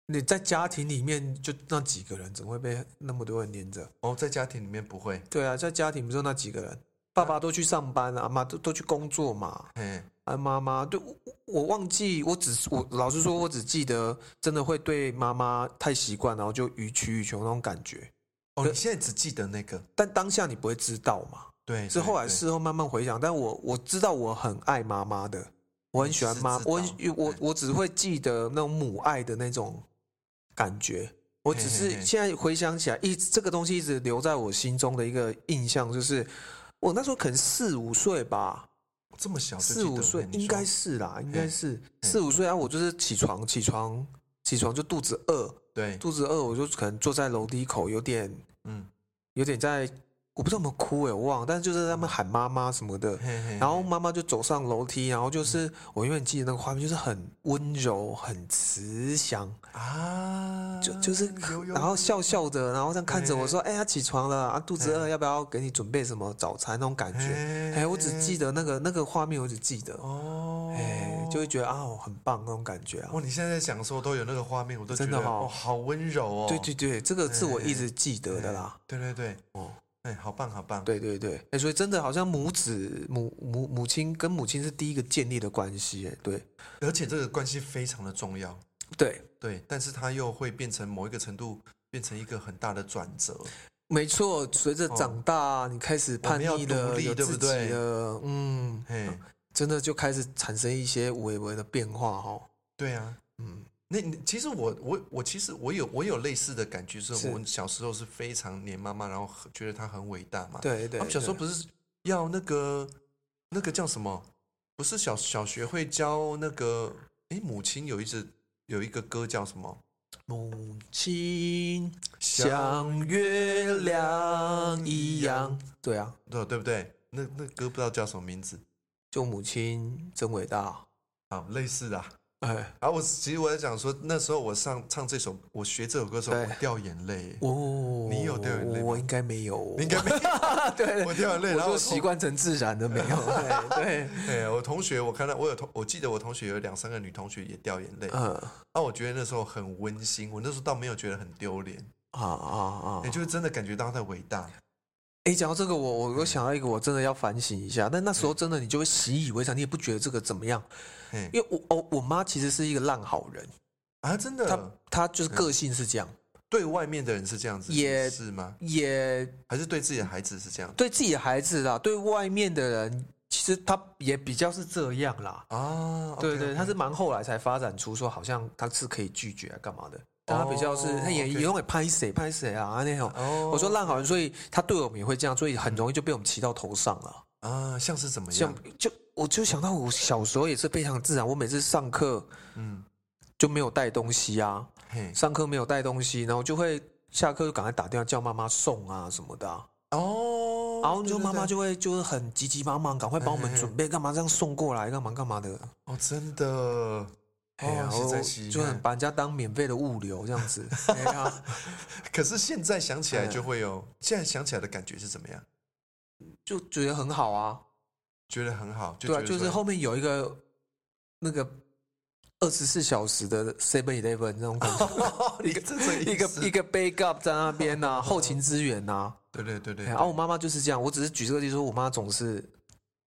S1: 你在家庭里面就那几个人，怎么会被那么多人黏着？
S2: 哦，在家庭里面不会，
S1: 对啊，在家庭不就那几个人，爸爸都去上班了、啊，妈都都去工作嘛，
S2: 嘿，
S1: 啊妈妈对我我忘记，我只是我老实说，我只记得真的会对妈妈太习惯，然后就予取予求那种感觉。
S2: 哦，
S1: 可
S2: 你现在只记得那个，
S1: 但当下你不会知道嘛，
S2: 对，
S1: 是后来
S2: 对，
S1: 事后慢慢回想，但我我知道我很爱妈妈的，我很喜欢妈
S2: 你，是
S1: 我
S2: 知道
S1: 很我
S2: 对
S1: 我只会记得那种母爱的那种感觉。我只
S2: 嘿嘿
S1: 是
S2: 嘿
S1: 现在回想起来，一直这个东西一直留在我心中的一个印象，就是我那时候可能四五岁吧，
S2: 对这么小就哦记得
S1: 四五岁
S2: 你说
S1: 应该是啦，应该是四五岁啊。我就是起床，起床，起床就肚子饿，
S2: 对，
S1: 肚子饿，我就可能坐在楼梯口，有点
S2: 嗯，
S1: 有点在，我不知道有没有哭诶、我忘了，但是就是他们喊妈妈什么的，
S2: 哦嘿嘿，
S1: 然后妈妈就走上楼梯，然后就是我永远记得那个画面，就是很温柔、很慈祥，
S2: 啊，
S1: 就就是
S2: 有有
S1: 然后笑笑的，然后这样看着我说：“哎呀，起床了啊，肚子饿，
S2: 哎
S1: 要不要给你准备什么早餐？”那种感觉。哎，我只记
S2: 得
S1: 得那个那个画面，我只记得，
S2: 哦，
S1: 哎，就会觉得啊，我很棒那种感觉啊。
S2: 哇，你现在在想的时候都有那个画面，我都觉
S1: 真
S2: 得
S1: 的哦
S2: 哦，好温柔哦，
S1: 对对对，这个是我一
S2: 哎
S1: 直记得的啦。
S2: 对对对，
S1: 哦，
S2: 哎，好棒好棒，
S1: 对对对，哎，所以真的好像母子母母母亲跟母亲是第一个建立的关系，哎，对
S2: 而且这个关系非常的重要。
S1: 对，
S2: 对，但是它又会变成某一个程度，变成一个很大的转折。
S1: 没错，随着长大，你开始叛
S2: 哦我
S1: 逆
S2: 们要独
S1: 了，
S2: 立
S1: 有
S2: 对
S1: 自
S2: 不
S1: 己
S2: 对
S1: 了，嗯，
S2: 嘿，
S1: 真的就开始产生一些微微的变化哦。
S2: 对啊，
S1: 嗯，
S2: 那你其实我我我其实我有我有类似的感觉，就是
S1: 是
S2: 我小时候是非常黏妈妈，然后很觉得她很伟大嘛。，
S1: 对对，
S2: 他们小时候
S1: 对
S2: 不是要那个那个叫什么？不是小小学会教那个？诶，母亲有一支有一个歌叫什么？
S1: 母亲像月亮一样，对啊，
S2: 对对不对？那那歌不知道叫什么名字，
S1: 就母亲真伟大，
S2: 好类似的啊、
S1: 哎，
S2: 啊，我其实我在讲说，那时候我上唱这首，我学这首歌的时候，
S1: 对
S2: 我掉眼泪。
S1: 哦，
S2: 你有掉眼泪吗
S1: 我应该没有，
S2: 你应该没有，
S1: (laughs) 对，
S2: (laughs) 我掉眼泪，
S1: 我
S2: 然后
S1: 就
S2: 我
S1: 习。惯成自然的没
S2: (laughs)
S1: 有，对对，
S2: 哎，我同学，我看到我有同，我记得我同学有两三个女同学也掉眼泪。
S1: 嗯
S2: 啊，我觉得那时候很温馨，我那时候倒没有觉得很丢脸，
S1: 啊啊啊
S2: 也、！就是真的感觉到她的伟大。
S1: 哎，讲到这个，我我我想到一个，我真的要反省一下。但那时候真的你就会习以为常，你也不觉得这个怎么样。
S2: 嘿，
S1: 因为我哦，我妈其实是一个烂好人，
S2: 啊，真
S1: 她
S2: 的，
S1: 她就是个性是这样，
S2: 对外面的人是这样子，
S1: 也
S2: 是吗？
S1: 也
S2: 还是对自己的孩子是这样
S1: 对自己的孩子啦，对外面的人，其实她也比较是这样啦。
S2: 啊？
S1: 对对，
S2: 他
S1: 她是蛮后来才发展出说，好像她是可以拒绝啊，干嘛的。但她比较是，
S2: 哦
S1: 她也
S2: OK
S1: 也用来拍谁拍谁啊那种。
S2: 哦，
S1: 我说烂好人，所以她对我们也会这样，所以很容易就被我们骑到头上了。
S2: 啊，像是怎么
S1: 像
S2: 样？
S1: 就我就想到我小时候也是非常自然，我每次上课
S2: 嗯，
S1: 就没有带东西啊，
S2: 嘿，
S1: 上课没有带东西，然后就会下课就赶快打电话叫妈妈送啊什么的啊、
S2: 哦，
S1: 然后
S2: 对
S1: 就
S2: 对
S1: 妈妈
S2: 对
S1: 就会就是很急急忙忙，赶快帮我们准备干嘛这样送过来干嘛干嘛的，
S2: 哦，真的，
S1: 哎呀，
S2: 哦
S1: 我
S2: 实在是
S1: 就很
S2: 哎
S1: 把人家当免费的物流这样子，
S2: (laughs)
S1: 哎
S2: 啊
S1: 呀，
S2: 可是现在想起来
S1: 嗯
S2: 就会有，现在想起来的感觉是怎么样？
S1: (laughs) 就觉得很好啊，
S2: 觉得很好，就
S1: 对啊，
S2: 觉得
S1: 就是
S2: 说
S1: 后面有一个那个二十四小时的 Seven Eleven 那种感觉，
S2: (laughs) 你这种
S1: 一个一
S2: 个，
S1: 个 backup 在那边
S2: (laughs)
S1: 呐、后勤支援呐、
S2: 对对对对，
S1: 然后、我妈妈就是这样，我只是举这个例子说，我妈总是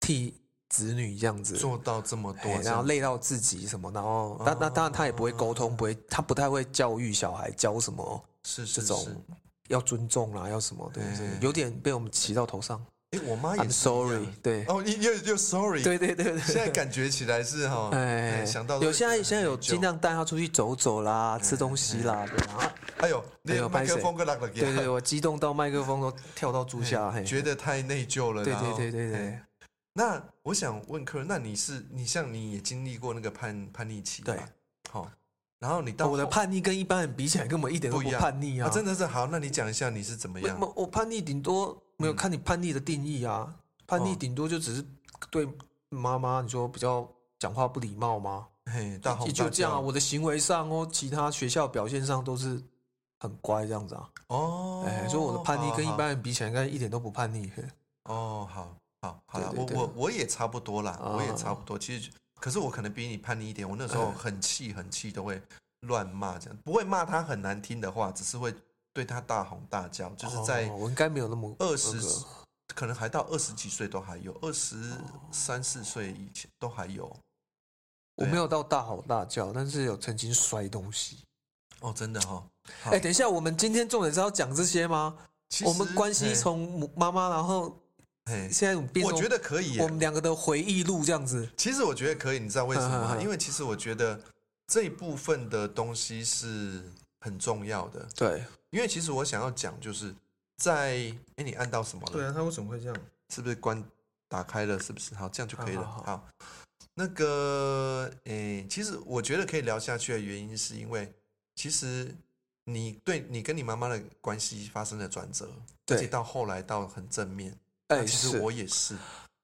S1: 替子女这样子，
S2: (laughs) 做到这么多
S1: 哎，
S2: 这
S1: 然后
S2: 样哦
S1: 累到自己什么，然后那那当然她也不会沟通，不会，她不太会教育小孩教什么
S2: 是
S1: 这
S2: 是
S1: 种
S2: 是，
S1: 要尊重啦，要什么的
S2: 哎，
S1: 有点被我们骑到头上。
S2: 哎，我妈也
S1: I'm
S2: 是一样
S1: sorry，对，
S2: 哦，你又又 sorry，
S1: 对对对对，
S2: 现在感觉起来是哈，哎，想到都
S1: 有现在
S2: 觉得
S1: 现在有
S2: 内疚
S1: 尽，量带他出去走走啦，吃东西啦，对啊
S2: 哎呦，
S1: 哎
S2: 连
S1: 呦
S2: 麦
S1: 拍
S2: 克
S1: 谁
S2: 风都落了，哎
S1: 对对，我激动到麦克风都跳到猪下，嘿，
S2: 觉得太内疚了，
S1: 对
S2: 然后
S1: 对对对对
S2: 哎那我想问客人，那你是你像你也经历过那个叛叛逆期吧，
S1: 对
S2: 好、然后你到
S1: 我的
S2: 后
S1: 叛逆跟一般人比起来，根本一点都
S2: 哦不
S1: 不
S2: 一样
S1: 叛逆
S2: 啊，
S1: 啊，
S2: 真的是好，那你讲一下你是怎么
S1: 没
S2: 样？嗯
S1: 有我叛逆顶多没有看你叛逆的定义啊，叛
S2: 哦
S1: 逆顶多就只是对妈妈你说比较讲话不礼貌吗？
S2: 嘿，大吼
S1: 也
S2: 大
S1: 就这样啊，
S2: 叫
S1: 我的行为上哦，其他学校表现上都是很乖这样子啊，
S2: 哦，
S1: 哎，所以我的叛逆
S2: 好
S1: 跟一
S2: 好
S1: 般人比起来，应该一点都不叛逆。嘿
S2: 哦，好好好了，
S1: 对
S2: 我
S1: 对
S2: 我
S1: 对
S2: 我也差不多啦，
S1: 啊
S2: 我也差不多。其实，可是我可能比你叛逆一点。我那时候
S1: 嗯
S2: 很气，很气都会乱骂，这样不会骂他很难听的话，只是会对他大吼大叫， (laughs) 就是在
S1: 哦我应该没有那么
S2: 二十、
S1: 那个
S2: 可能还到二十几岁都还有，二十三四岁以前都还有。
S1: 我
S2: 对啊
S1: 没有到大吼大叫，但是有曾经摔东西。
S2: 哦，真的哈、哦。好
S1: 哎、等一下，我们今天重点是要讲这些吗？
S2: 其
S1: 我们
S2: 实
S1: 关系从母妈妈，然后
S2: 嘿嘿
S1: 现在我们变
S2: 我
S1: 成
S2: 觉得可以耶
S1: 我们两个的回忆录这样子。
S2: 其实我觉得可以，你知道为什么吗？
S1: (laughs) 嗯嗯嗯
S2: 因为其实我觉得这一部分的东西是很重要的。
S1: 对
S2: 因为其实我想要讲，就是在哎，你按到什么了？
S1: 啊，他为什么会这样？
S2: 是不是关打开了？是不是？好，这样就可以了。
S1: 好好
S2: 那个哎，其实我觉得可以聊下去的原因，是因为其实你对你跟你妈妈的关系发生了转折，而且
S1: 对，
S2: 到后来到很正面。
S1: 哎、
S2: 那其实我也是。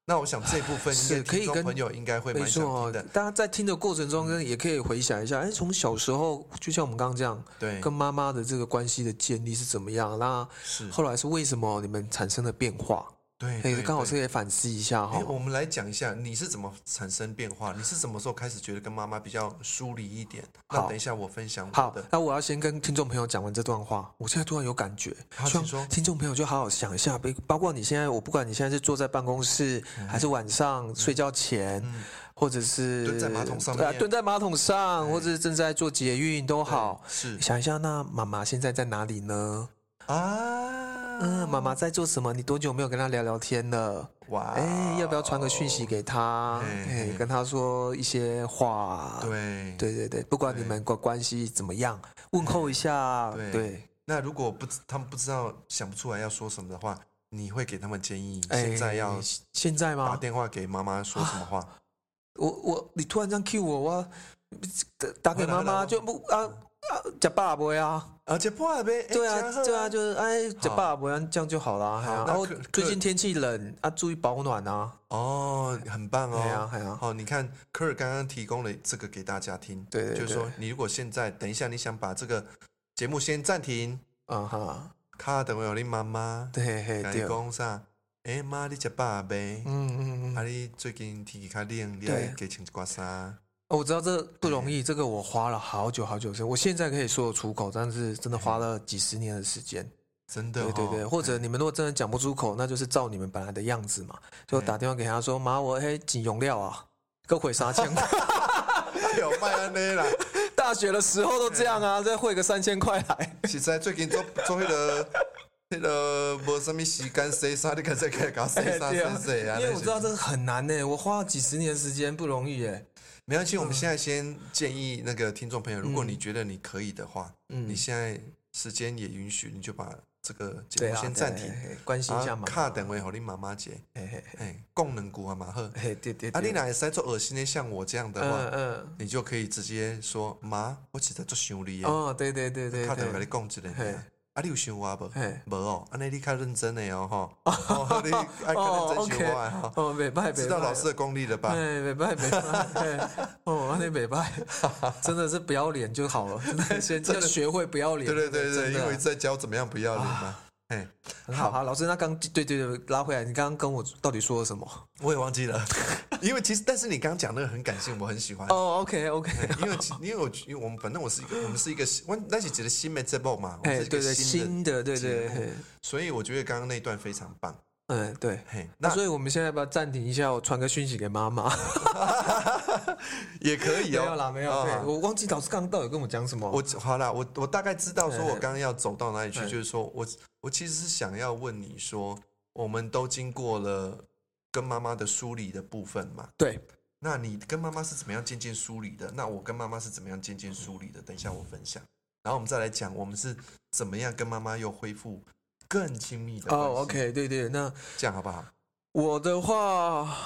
S2: 那我想这一部分应该
S1: 是可以
S2: 听众
S1: 跟
S2: 朋友应该会
S1: 没
S2: 蛮想
S1: 错
S2: 听
S1: 哦
S2: 的，，嗯
S1: 大家在听的过程中，也可以回想一下，哎、从小时候，就像我们刚刚这样，
S2: 对，
S1: 跟妈妈的这个关系的建立是怎么样？那
S2: 是，
S1: 后来是为什么你们产生了变化？
S2: 对，
S1: 哎、
S2: 对
S1: 刚好
S2: 对
S1: 是可以反思一下哈
S2: 哎，。我们来讲一下，你是怎么产生变化？你是什么时候开始觉得跟妈妈比较疏离一点？那
S1: 好
S2: 等一下我分享我
S1: 好
S2: 的，。
S1: 那我要先跟听众朋友讲完这段话。我现在突然有感觉，
S2: 好
S1: 希
S2: 请
S1: 望
S2: 说
S1: 听众朋友就好好想一下，包包括你现在，我不管你现在是坐在办公室，还是晚上睡觉前，
S2: 嗯，
S1: 或者是
S2: 蹲在马桶上
S1: 对啊
S2: 面
S1: 蹲在马桶上，
S2: 哎
S1: 或者是正在做捷运都好，
S2: 是
S1: 想一下，那妈妈现在在哪里呢？
S2: 啊，
S1: 嗯，妈妈在做什么？你多久没有跟她聊聊天了？
S2: 哇，哦
S1: 哎，要不要传个讯息？给她？
S2: 哎
S1: 哎，跟她说一些话。
S2: 对，
S1: 对对对，不管你们关关系怎么样，问候一下。
S2: 对
S1: 对。
S2: 那如果不知他们不知道想不出来要说什么的话，你会给他们建议，
S1: 哎啊
S2: 现在要
S1: 现在
S2: 打
S1: 吗？
S2: 电话给妈妈说什么话？
S1: 啊我我你突然这样 cue 我，我打打给妈
S2: 回来回来
S1: 妈就不啊啊，假爸爸啊，
S2: 而且不好呗，哎
S1: 对
S2: 这样
S1: 啊
S2: 好
S1: 对啊，就是哎假爸爸这样就好啦。
S2: 好
S1: 哎呀
S2: 那
S1: 然后
S2: 可
S1: 最近天气冷啊，注意保暖啊。
S2: 哦，很棒
S1: 哎呀
S2: 哦。
S1: 哎呀，
S2: 好，你看科尔刚刚提供了这个给大家听，
S1: 对对对，
S2: 就是说，你如果现在等一下，你想把这个节目先暂停，
S1: 啊哈，
S2: 卡等我有你妈妈，
S1: 对嘿
S2: 跟你
S1: 对，
S2: 讲啥？哎妈，你吃饱呗？
S1: 嗯嗯嗯
S2: 啊，，你最近天气较冷，你
S1: 对
S2: 来给穿一寡衫。
S1: 哦我知道这不容
S2: 哎
S1: 易，这个我花了好久好久的时间，我现在可以说得出口，但是真的花了几十年的时间。
S2: 真的、哦，
S1: 对对对，或者你们如果真的讲不出口，那就是照你们本来的样子嘛，
S2: 哎
S1: 就打电话给他说：“妈，我嘿几用料啊，各会三千。
S2: (laughs) (laughs) 哎呦，卖安尼啦，
S1: 大学的时候都这样啊，再汇个三千块来。
S2: 实在最近做 (laughs) 做迄、那个。迄个无什么时间洗衫，你干脆给搞洗
S1: (laughs)
S2: 衫洗洗啊！
S1: 哎因为我知道这
S2: 这
S1: 个很难呢、我花了几十年的时间不容易哎、
S2: 没关系。我们现在先建议那个听众朋友，如果你觉得你可以的话，
S1: 嗯
S2: 你现在时间也允许，你就把这个节
S1: 对
S2: 目
S1: 啊，
S2: 先暂停
S1: 对，，嘿关心一下
S2: 啊
S1: 嘛，。
S2: 卡电话给你妈妈姐，
S1: 嘿嘿嘿
S2: 哎，功能股啊嘛呵。
S1: 哎嘿，对对。
S2: 啊，
S1: 对
S2: 你哪会啊使做恶心的？像我这样的
S1: 嗯
S2: 话，
S1: 嗯，
S2: 你就可以直接说妈，我实在做想你耶，
S1: 哦，对对对对
S2: 卡电话
S1: 对
S2: 给你，讲一下
S1: 嘿
S2: 尔。啊，你有想我无？
S1: 嘿，
S2: 无哦，安尼你较认真的哦吼， (laughs) 哦，你
S1: (laughs)
S2: 爱较认真想我的吼，
S1: 哦，北拜北
S2: 知道老师的功力了吧？
S1: 哎，北拜北拜，哎哦，那北拜，真的是不要脸就好了，真的先
S2: 真
S1: 要
S2: 的
S1: 学会不要脸。
S2: 对对
S1: 真
S2: 对对，
S1: 的啊
S2: 因为一直在教怎么样不要脸嘛。哎，
S1: 很好，好，老师，那刚对对对，拉回来，你刚刚跟我到底说了什么？
S2: 我也忘记了， (laughs) 因为其实但是你刚刚讲那个很感性，我很喜欢。
S1: 哦，OK OK，
S2: 哎因为其因为我因为我们反正我是一个我们是一个我那是觉得新的节目嘛，
S1: (laughs)
S2: 我们
S1: 哎，
S2: 是一
S1: 对
S2: 个
S1: 对，
S2: 新的，
S1: 新的，对对，
S2: 节目
S1: 嘿
S2: 所以我觉得刚刚那一段非常棒。
S1: 嗯，对。
S2: 嘿，
S1: 那
S2: 那
S1: 所以我们现在要不要暂停一下，我传个讯息给妈妈。
S2: 也可以
S1: 没 (laughs)
S2: 哦。
S1: 有啦，没有，
S2: 啊
S1: 对我忘记老师刚刚到底跟我讲什么。
S2: 我好啦，我我大概知道说我刚刚要走到哪里去，
S1: 哎
S2: 就是说我我其实是想要问你说，我们都经过了跟妈妈的梳理的部分嘛，
S1: 对，
S2: 那你跟妈妈是怎么样渐渐梳理的？那我跟妈妈是怎么样渐渐梳理的？等一下我分享，然后我们再来讲我们是怎么样跟妈妈又恢复更亲密的关系。
S1: 哦，OK，对对，那
S2: 这样好不好？
S1: 我的话，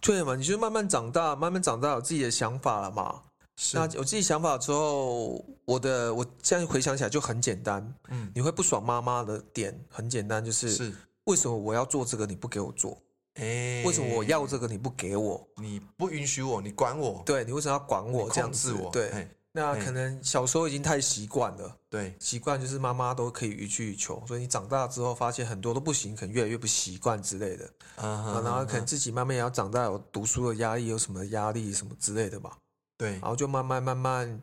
S1: 对嘛，你就慢慢长大，慢慢长大有自己的想法了嘛。
S2: 是
S1: 那，有自己想法之后，我的我现在回想起来就很简单，
S2: 嗯，
S1: 你会不爽妈妈的点很简单，就是
S2: 是，
S1: 为什么我要做这个你不给我做，
S2: 哎，
S1: 为什么我要这个你不给我，
S2: 你不允许我，你管我，
S1: 对你为什么要管我
S2: 你
S1: 这样
S2: 控制
S1: 子？
S2: 我，
S1: 对，
S2: 哎
S1: 那
S2: 嘿
S1: 可能小时候已经太习惯了。
S2: 对，
S1: 习惯就是妈妈都可以予取予求，所以你长大之后发现很多都不行，可能越来越不习惯之类的。啊，
S2: 啊
S1: 然后可能自己慢慢也要长大，有读书的压力，有什么压力什么之类的吧。
S2: 对
S1: 然，后就慢慢慢慢，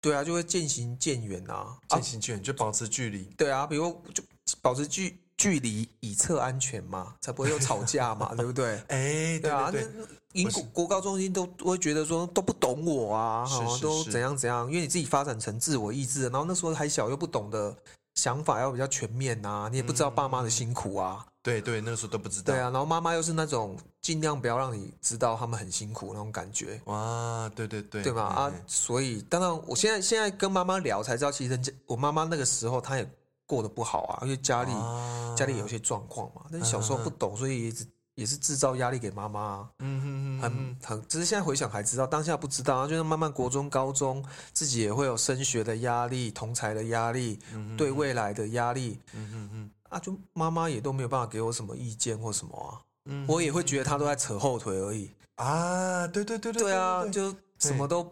S1: 对啊，就会渐行渐远啊。啊
S2: 渐，行渐远就保持距离，
S1: 对啊，比如就保持距距离以策安全嘛，才不会又吵架
S2: (laughs)
S1: 嘛，对不对？
S2: 哎，对
S1: 啊，
S2: 对对，
S1: 那英
S2: 不
S1: 国
S2: 是
S1: 国高中心都都会觉得说都不懂我啊，
S2: 是
S1: 哦
S2: 是
S1: 都
S2: 是
S1: 怎样怎样，因为你自己发展成自我意志了，然后那时候还小又不懂得想法要比较全面呐、你也不知道爸
S2: 嗯
S1: 妈的辛苦啊，
S2: 对对，那个时候都不知道，
S1: 对啊，然后妈妈又是那种尽量不要让你知道他们很辛苦那种感觉。
S2: 哇，对对对，
S1: 对吧？
S2: 哎
S1: 啊
S2: 哎，
S1: 所以当然，我现在现在跟妈妈聊才知道，其实人家我妈妈那个时候她也过得不好啊，因为家里、
S2: 啊
S1: 家里有一些状况嘛。但是小时
S2: 嗯
S1: 候不懂，所以也只也是制造压力给妈妈啊、
S2: 嗯哼哼
S1: 很
S2: 哼，
S1: 很，只是现在回想还知道，当下不知道，啊，就是慢慢国中、高中自己也会有升学的压力、同才的压力、
S2: 嗯
S1: 对未来的压力
S2: 嗯哼哼
S1: 啊，就妈妈也都没有办法给我什么意见或什么啊，
S2: 嗯
S1: 我也会觉得她都在扯后腿而已。
S2: 啊，对对对对
S1: 对啊，
S2: 对
S1: 就什么都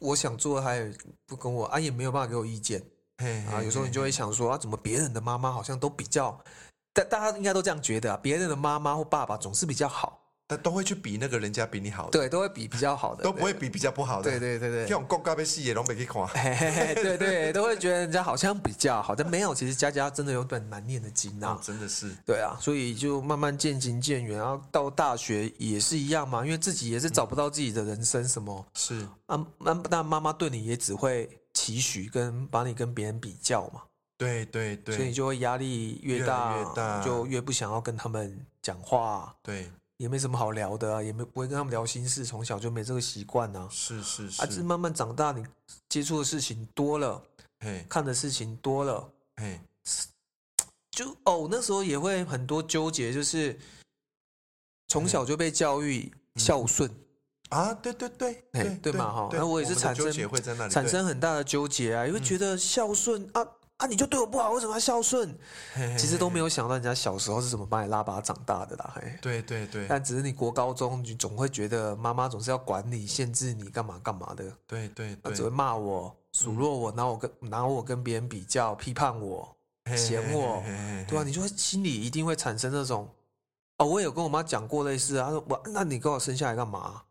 S1: 我想做，她也不跟我啊，也没有办法给我意见
S2: 嘿
S1: 啊。
S2: 嘿
S1: 有时候
S2: 嘿
S1: 你就会想说啊，怎么别人的妈妈好像都比较，但大家应该都这样觉得啊，别人的妈妈或爸爸总是比较好，
S2: 但都会去比那个人家比你好的，
S1: 对，都会比比较好的，
S2: 都不会比比较不好的。
S1: 对。对对哎对对
S2: 像我国家被戏也拢没去看，
S1: (laughs)
S2: (laughs) 哦
S1: 嘿嘿嘿，对对，都会觉得人家好像比较好，但没有，其实家家真的有本难念的经
S2: 哦
S1: 啊。
S2: 真的是，
S1: 对啊，所以就慢慢渐行渐远，然后到大学也是一样嘛，因为自己也是找不到自己的人生什么
S2: 是
S1: 啊，那那妈妈对你也只会期许跟把你跟别人比较嘛，
S2: 对对对，
S1: 所以你就会压力越大，
S2: 越来越大
S1: 就越不想要跟他们讲话，
S2: 对
S1: 也没什么好聊的啊，也没不会跟他们聊心事，从小就没这个习惯啊。
S2: 是是是，
S1: 啊，这慢慢长大，你接触的事情多了，
S2: 嘿
S1: 看的事情多了，
S2: 嘿，
S1: 就哦，那时候也会很多纠结，就是从
S2: 嗯
S1: 小就被教育孝顺，
S2: 啊，对对对，
S1: 哎对嘛哈那我也是
S2: 们的
S1: 产生
S2: 纠结会在那里
S1: 产，生很大的纠结
S2: 嗯
S1: 啊，因为觉得孝顺啊啊，你就对我不好，为什么要孝顺？其实都没
S2: 有，
S1: 有想到人家小时候是怎么把你拉拔长大的啦，嘿。
S2: 对对对
S1: 但只是你国高中，你总会觉得妈妈总是要管你、限制你干嘛干嘛的，
S2: 对对
S1: 她
S2: 对，嗯
S1: 只会骂我、数落我，拿我跟拿我跟别人比较、批判我，嫌我
S2: 嘿，嘿嘿
S1: 对啊，你就会心里一定会产生那种，哦，我也有跟我妈讲过类似啊，她说我那你跟我生下来干嘛？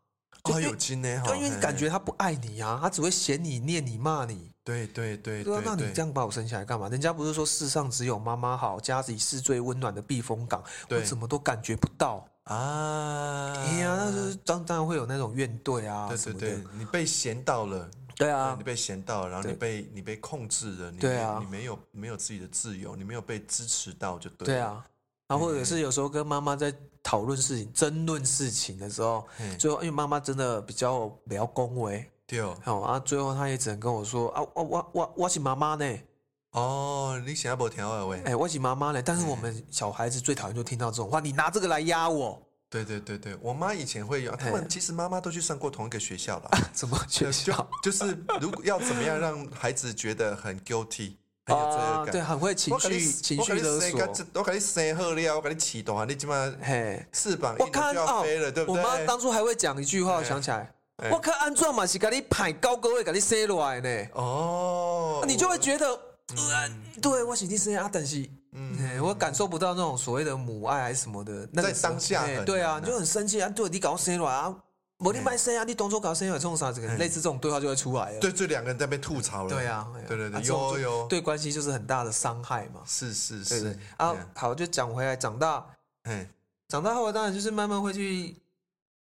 S2: 哦，
S1: 因为
S2: 有金呢，哈
S1: 对，因为
S2: 嘿
S1: 感觉她不爱你啊，她只会嫌你、念你、骂你。
S2: 对对对
S1: 对啊
S2: 对，，
S1: 那你
S2: 对
S1: 这样把我生下来干嘛？人家不是说世上只有妈妈好，家里是最温暖的避风港，我
S2: 对
S1: 怎么都感觉不到。
S2: 啊，
S1: 哎呀，那就是当当然会有那种怨怼啊
S2: 对
S1: 什
S2: 对
S1: 么
S2: 对
S1: 的。，
S2: 你被嫌到了，
S1: 对
S2: 对
S1: 啊
S2: 你，被嫌到了，然后
S1: 对
S2: 你被你被控制了，你
S1: 对
S2: 没
S1: 啊
S2: 你没有没有自己的自由，你没有被支持到，就对，
S1: 对，啊。然后或者是有时候跟妈妈在讨论事情、争论事情的时候，
S2: 嘿，
S1: 最后因为妈妈真的比较比较恭维，
S2: 对哦
S1: 好、啊，最后她也只能跟我说啊，我我我我是妈妈呢，
S2: 哦，你想要不调二位
S1: 哎、，我是妈妈呢。但是我们小孩子最讨厌就听到这种话，你拿这个来压我， (laughs)
S2: 对对对对，我妈以前会有，他
S1: 哎
S2: 们其实妈妈都去上过同一个学校了，
S1: (laughs) 怎么
S2: 就
S1: 学
S2: (laughs)
S1: 校？
S2: 就是如果要怎么样让孩子觉得很 guilty，很有罪
S1: 啊，
S2: 恶
S1: 对，
S2: 感。
S1: 很会情
S2: 我跟你
S1: 绪情绪勒索。，
S2: 我给你生好了，我给你启动啊，你起码
S1: 嘿，
S2: 翅膀
S1: 我
S2: 一
S1: 看
S2: 就要
S1: 哦
S2: 飞了，对，不
S1: 我
S2: 对？
S1: 妈当初还会讲一句话，我
S2: 哎
S1: 想起来，
S2: 哎
S1: 啊我看安装嘛是给你拍高高位，给你塞落来呢，
S2: 哦，
S1: 你就会觉得呃对我是你生啊，但是
S2: 嗯，
S1: 哎，我感受不到那种所谓的母爱还是什么的，那个
S2: 在当下
S1: 哎
S2: 很
S1: 对啊，
S2: 难啊
S1: 你就很生气啊，对你搞生卵啊，我你卖生啊，你动作搞生卵冲啥子，类似这种对话就会出来了。
S2: 嗯对，这两个人在被吐槽了，
S1: 对啊，哎呀
S2: 对对对，
S1: 啊这种
S2: 有
S1: 就
S2: 有，
S1: 对关系就是很大的伤害嘛。
S2: 是是
S1: 对对
S2: 是
S1: 啊
S2: 嗯，
S1: 好，就讲回来，长大
S2: 哎，
S1: 长大后，啊当然就是慢慢会去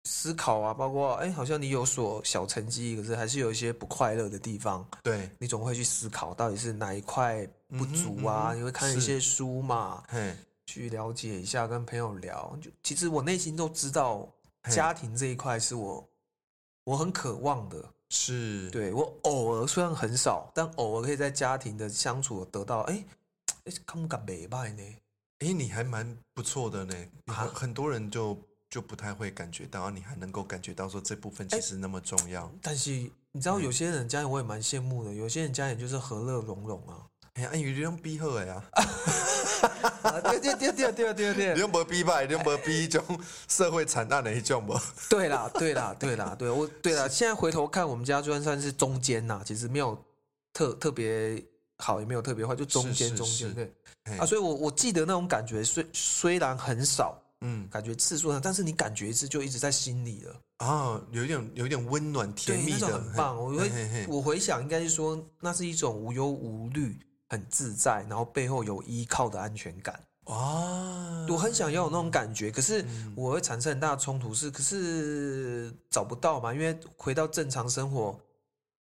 S1: 思考啊，包括哎，好像你有所小成绩，可是还是有一些不快乐的地方，
S2: 对，
S1: 你总会去思考到底是哪一块不
S2: 嗯
S1: 足
S2: 哼
S1: 啊。
S2: 嗯哼
S1: 你会看一些书嘛，
S2: 嘿，
S1: 去了解一下，跟朋友聊。就其实我内心都知道，
S2: 嘿
S1: 家庭这一块是我我很渴望的。
S2: 是，
S1: 对我偶尔虽然很少，但偶尔可以在家庭的相处得到，哎、哎，看不敢没败呢。
S2: 哎，你还蛮不错的呢，你很
S1: 啊
S2: 很多人就就不太会感觉到，你还能够感觉到说这部分其
S1: 哎
S2: 实那么重要。
S1: 但是你知道，
S2: 嗯
S1: 有些人家庭我也蛮羡慕的，有些人家庭就是和乐融融
S2: (laughs)
S1: 啊。
S2: 哎呀，啊你用逼好的啊，
S1: 啊，对对对对对对
S2: 你
S1: 对，
S2: 用无逼吧，你用无逼一种社会惨案的一种无。
S1: (laughs) 对啦对啦对啦对，我对啦。现在回头看，我们家就算算是中间呐，其实没有特特别好，也没有特别坏，就中
S2: 是
S1: 间
S2: 是
S1: 中
S2: 是
S1: 间对。
S2: 嘿
S1: 啊，所以我我记得那种感觉，虽虽然很少，
S2: 嗯，
S1: 感觉次数上，但是你感觉一次就一直在心里了。
S2: 啊，有一点有一点温暖甜
S1: 对，
S2: 蜜
S1: 那种
S2: 的，
S1: 很
S2: 嘿
S1: 棒。我
S2: 嘿
S1: 会
S2: 嘿嘿
S1: 我回想，应该是说那是一种无忧无虑、很自在，然后背后有依靠的安全感。
S2: 哇，
S1: 我很想要有那种感觉，可是
S2: 嗯
S1: 我会产生很大的冲突是，可是找不到嘛，因为回到正常生活，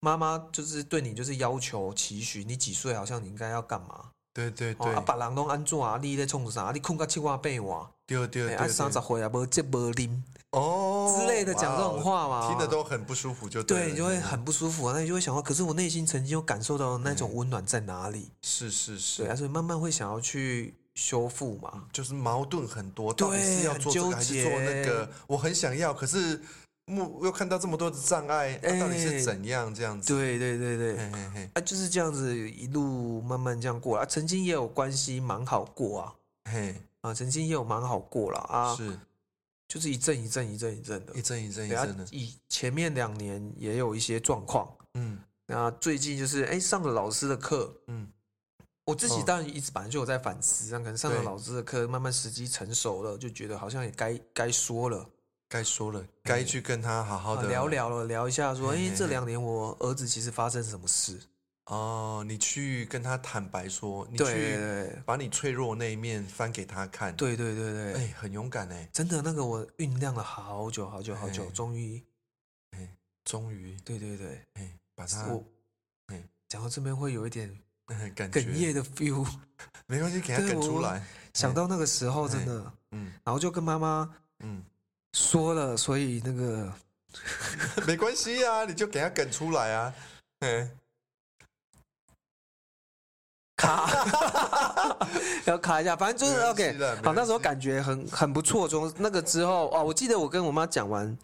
S1: 妈妈就是对你就是要求期许，你几岁好像你应该要干嘛？
S2: 对对
S1: 哦
S2: 对
S1: 啊，，把人拢安怎啊？你在冲啥？你困到七晚八晚，
S2: 对对
S1: 哎
S2: 对
S1: 啊，三十
S2: 对，
S1: 岁也无接无啉
S2: 哦
S1: 之类的讲这种
S2: 哇
S1: 话嘛，
S2: 听得都很不舒服，就
S1: 对，
S2: 了
S1: 你就会
S2: 嘿
S1: 很不舒服啊。那你就会想到，可是我内心曾经有感受到那种温暖在哪里？
S2: 是是是
S1: 对，啊，所以慢慢会想要去修复嘛。
S2: 就是矛盾很多，到底是
S1: 对
S2: 要
S1: 很
S2: 做这个
S1: 纠
S2: 还是做那
S1: 结
S2: 个？我很想要，可是目又看到这么多的障碍，那、到底
S1: 哎
S2: 是怎样这样子？
S1: 对对对对，
S2: 嘿嘿嘿
S1: 啊，就是这样子一路慢慢这样过来啊。曾经也有关系蛮好过啊，
S2: 嘿，
S1: 啊，曾经也有蛮好过了啊，
S2: 是
S1: 就是一阵一阵一阵一阵的
S2: 一。阵一阵一
S1: 对啊
S2: 阵的，，
S1: 以前面两年也有一些状况，
S2: 嗯
S1: 那最近就是哎上了老师的课，
S2: 嗯，
S1: 我自己
S2: 哦
S1: 当然一直本来就有在反思，但可能上了
S2: 对
S1: 老师的课，慢慢时机成熟了，就觉得好像也该该说了，
S2: 该说了，该去跟他好好
S1: 哎啊
S2: 的、
S1: 聊聊了，聊一下说，
S2: 嘿嘿
S1: 哎
S2: 嘿，
S1: 这两年我儿子其实发生什么事？
S2: 哦，你去跟他坦白说，你
S1: 对
S2: 去
S1: 对
S2: 把你脆弱那一面翻给他看，，
S1: 对对对对
S2: 哎、
S1: 对，
S2: 很勇敢哎，
S1: 真的那个我酝酿了好久好久好久
S2: 嘿，
S1: 终于，
S2: 终于
S1: 对对对，
S2: 哎把他
S1: 我哎
S2: 嘿
S1: 讲到这边会有一点
S2: 哎 (laughs) 感觉
S1: 哽咽的 feel，
S2: 没关系，给他
S1: 对
S2: 梗出
S1: 我
S2: 来，哎
S1: 想到那个时候真的，
S2: 嗯
S1: 然后就跟妈妈
S2: 嗯，
S1: 说了，所以那个 (laughs)
S2: 没关系啊，你就给他梗出来啊，哎。 (laughs)
S1: 卡，要卡一下，反正就是
S2: 没关系
S1: OK
S2: 啦没。
S1: 好，
S2: 关
S1: 那时候
S2: 系
S1: 感觉很很不错。从那个之后，哦，我记得我跟我妈讲完，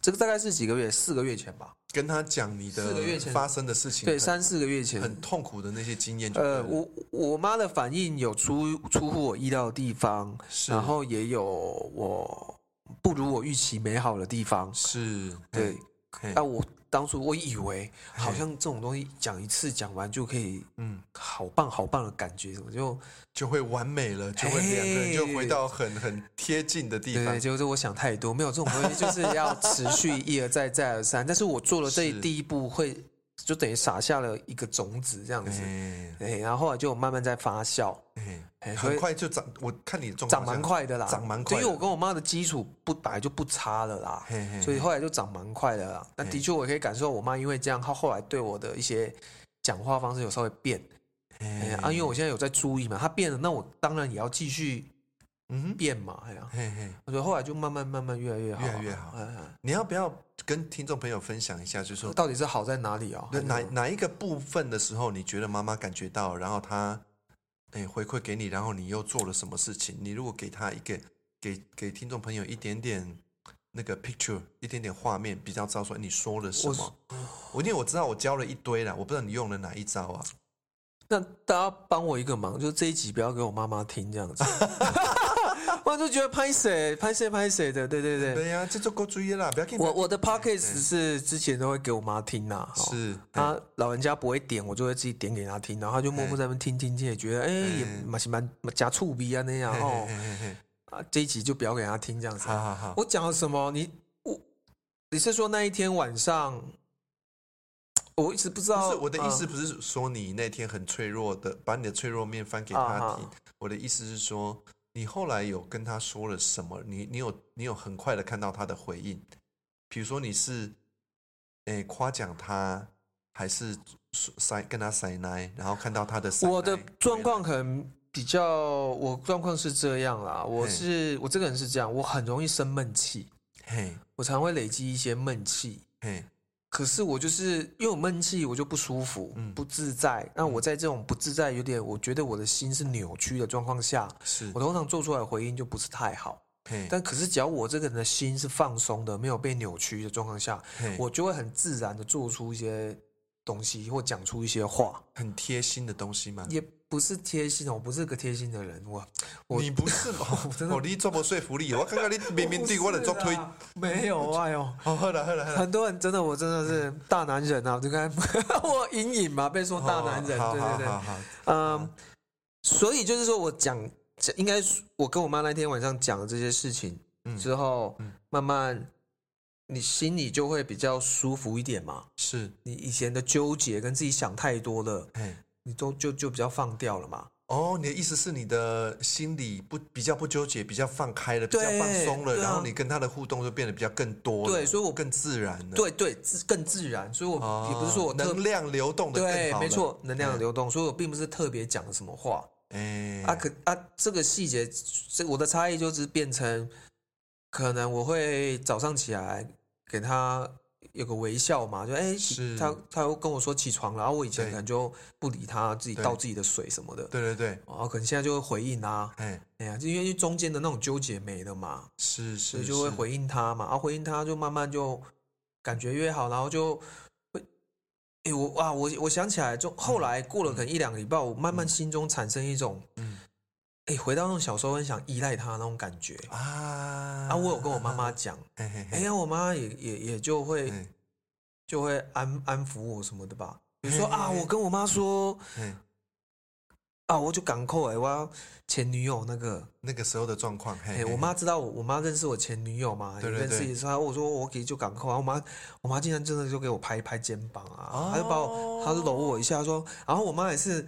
S1: 这个大概是几个月，四个月前吧，
S2: 跟他讲你
S1: 四个月
S2: 的
S1: 前
S2: 发生的事情，
S1: 对，
S2: 很
S1: 三四个月
S2: 很
S1: 前。
S2: 痛苦的那些经验就对了。
S1: 呃，我我妈的反应有出出乎我意料的地方，
S2: 是
S1: 然后也有我不如我预期美好的地方。
S2: 是
S1: 对，，啊
S2: 嘿
S1: 那我当初我以为好像这种东西讲一次讲完就可以
S2: 嗯，
S1: 好棒好棒的感觉，我就
S2: 就会完美了，就会两个人
S1: 嘿
S2: 就回到很很贴近的地
S1: 对，
S2: 方。
S1: 就是我想太多，没有这种东西，就是要持续一而再再而
S2: (laughs)
S1: 三。但是我做了这
S2: 是
S1: 第一步会，就等于撒下了一个种子这样子，
S2: 哎
S1: 哎，然后后来就慢慢在发酵，
S2: 哎，
S1: 哎所以
S2: 很快就长，我看你的状
S1: 长
S2: 况
S1: 蛮，快的啦，
S2: 长蛮快的
S1: 对因为我跟我妈的基础不本来就不差了啦，
S2: 嘿嘿，
S1: 所以
S2: 嘿
S1: 后来就长蛮快的啦。但
S2: 嘿
S1: 的确，我可以感受我妈因为这样，她后来对我的一些讲话方式有稍微变，哎
S2: 嗯
S1: 呀，啊，因为我现在有在注意嘛，她变了，那我当然也要继续
S2: 嗯哼
S1: 变嘛，哎呀，
S2: 嘿嘿，
S1: 所以后来就慢慢慢慢越来越好啊，
S2: 越来越好
S1: 哎呀。
S2: 你要不要跟听众朋友分享一下，就是说
S1: 到底是好在哪里哦？
S2: 那哪
S1: 还是
S2: 哪一个部分的时候，你觉得妈妈感觉到，然后她哎回馈给你，然后你又做了什么事情？你如果给她一个给给听众朋友一点点那个 picture，一点点画面，比较知道说你说了什么。我因为我知道我教了一堆啦，我不知道你用了哪一招啊。 (laughs)
S1: 那大家帮我一个忙，就是这一集不要给我妈妈听这样子。 (laughs) 我就觉得拍谁拍谁拍谁的，对对对。
S2: 对呀、这就够注意啦，不要啊给
S1: 我我的 p o c k e t
S2: 嗯
S1: 是之前都会给我妈听啦，哦
S2: 是
S1: 她老人家不会点，我就会自己点给她听，然后她就默默在那边听听听，也觉得哎、
S2: 嗯
S1: 也蛮是蛮蛮加醋逼啊那样哦
S2: 嘿嘿嘿
S1: 啊，这一集就表给她听这样子。
S2: 嗯好好好，
S1: 我讲了什么？你我你是说那一天晚上，我一直不知道。
S2: 不是我的意思，
S1: 嗯
S2: 不是说你那天很脆弱的，把你的脆弱面翻给
S1: 啊
S2: 他
S1: 啊
S2: 听。我的意思是说，你后来有跟他说了什么？你你有你有很快的看到他的回应，比如说你是诶夸奖他，还是塞跟他塞奶，然后看到他的塞
S1: 我的
S2: 奶
S1: 状况可能比较，我状况是这样啦。我
S2: 嘿
S1: 是我这个人是这样，我很容易生闷气，
S2: 嘿
S1: 我常会累积一些闷气。
S2: 嘿
S1: 可是我就是因为我闷气，我就不舒服、
S2: 嗯
S1: 不自在。那我在这种不自在，有点我觉得我的心是扭曲的状况下，
S2: 是
S1: 我通常做出来的回应就不是太好。
S2: 嘿
S1: 但可是只要我这个人的心是放松的，没有被扭曲的状况下，
S2: 嘿
S1: 我就会很自然的做出一些东西或讲出一些话，
S2: 很贴心的东西吗？
S1: 也不是贴心的，我不是个贴心的人，我我
S2: 你不是吧？
S1: (laughs) 真的
S2: 哦，你这么说服力，我刚刚你明明对我的做推，
S1: 啊没有
S2: (laughs)
S1: 哎呦，
S2: 哦，好了好了好了，
S1: 很多人真的我真的是大男人
S2: (laughs)
S1: 啊，就看 (laughs) 我隐隐嘛被说大男人，
S2: 哦好
S1: 对
S2: 好
S1: 对对，
S2: 好好，
S1: 嗯，所以就是说我讲，讲应该是我跟我妈那天晚上讲的这些事情
S2: 嗯
S1: 之后，
S2: 嗯
S1: 慢慢你心里就会比较舒服一点嘛。
S2: 是
S1: 你以前的纠结跟自己想太多了，
S2: 嘿。
S1: 你都就就比较放掉了嘛，
S2: 哦，你的意思是你的心里不比较不纠结，比较放开了，比较
S1: 对
S2: 放松了，
S1: 对啊
S2: 然后你跟他的互动就变得比较更多了，
S1: 对所以我
S2: 更自然了。
S1: 对对，自更自然，所以我
S2: 哦，
S1: 也不是说我特
S2: 能量流动的更
S1: 对
S2: 好，了
S1: 没，错，能量的
S2: 嗯
S1: 流动，所以我并不是特别讲了什么话
S2: 哎，
S1: 啊，可啊，这个细节，这我的差异就是变成，可能我会早上起来给他有个微笑嘛，就哎，
S2: 是
S1: 他他会跟我说起床了，然后我以前
S2: 对
S1: 可能就不理他，自己
S2: 对
S1: 倒自己的水什么的，
S2: 对对对，
S1: 然后可能现在就会回应啊，
S2: 哎，
S1: 哎呀，就因为中间的那种纠结没了嘛，
S2: 是
S1: 所
S2: 是，
S1: 以就会
S2: 是，
S1: 回应他嘛，啊，回应他就慢慢就感觉越好，然后就会，哎、我哇，我我想起来，就后来过了可能一两个礼拜，我慢慢心中产生一种，
S2: 嗯
S1: 哎、回到那种小时候很想依赖他那种感觉。
S2: 啊
S1: 啊，我有跟我妈，妈讲，
S2: 嘿嘿
S1: 哎
S2: 啊嘿，
S1: 呀、我妈也也也就会
S2: 哎
S1: 就会安安抚我什么的吧。比如说
S2: 嘿
S1: 啊，
S2: 嘿
S1: 我跟我妈说
S2: 哎，
S1: 啊，我就赶扣哎，我要前女友那个，
S2: 那个时候的状况，
S1: 哎、
S2: 嘿，嘿
S1: 我，妈知道我，我妈认识我前女友嘛，
S2: 对对
S1: 也认识
S2: 对
S1: 也是她。我说我给就赶快啊，我妈，我妈竟然真的就给我拍一拍肩膀
S2: 哦
S1: 啊，她就把我，她就搂我一下说，然后我妈也是，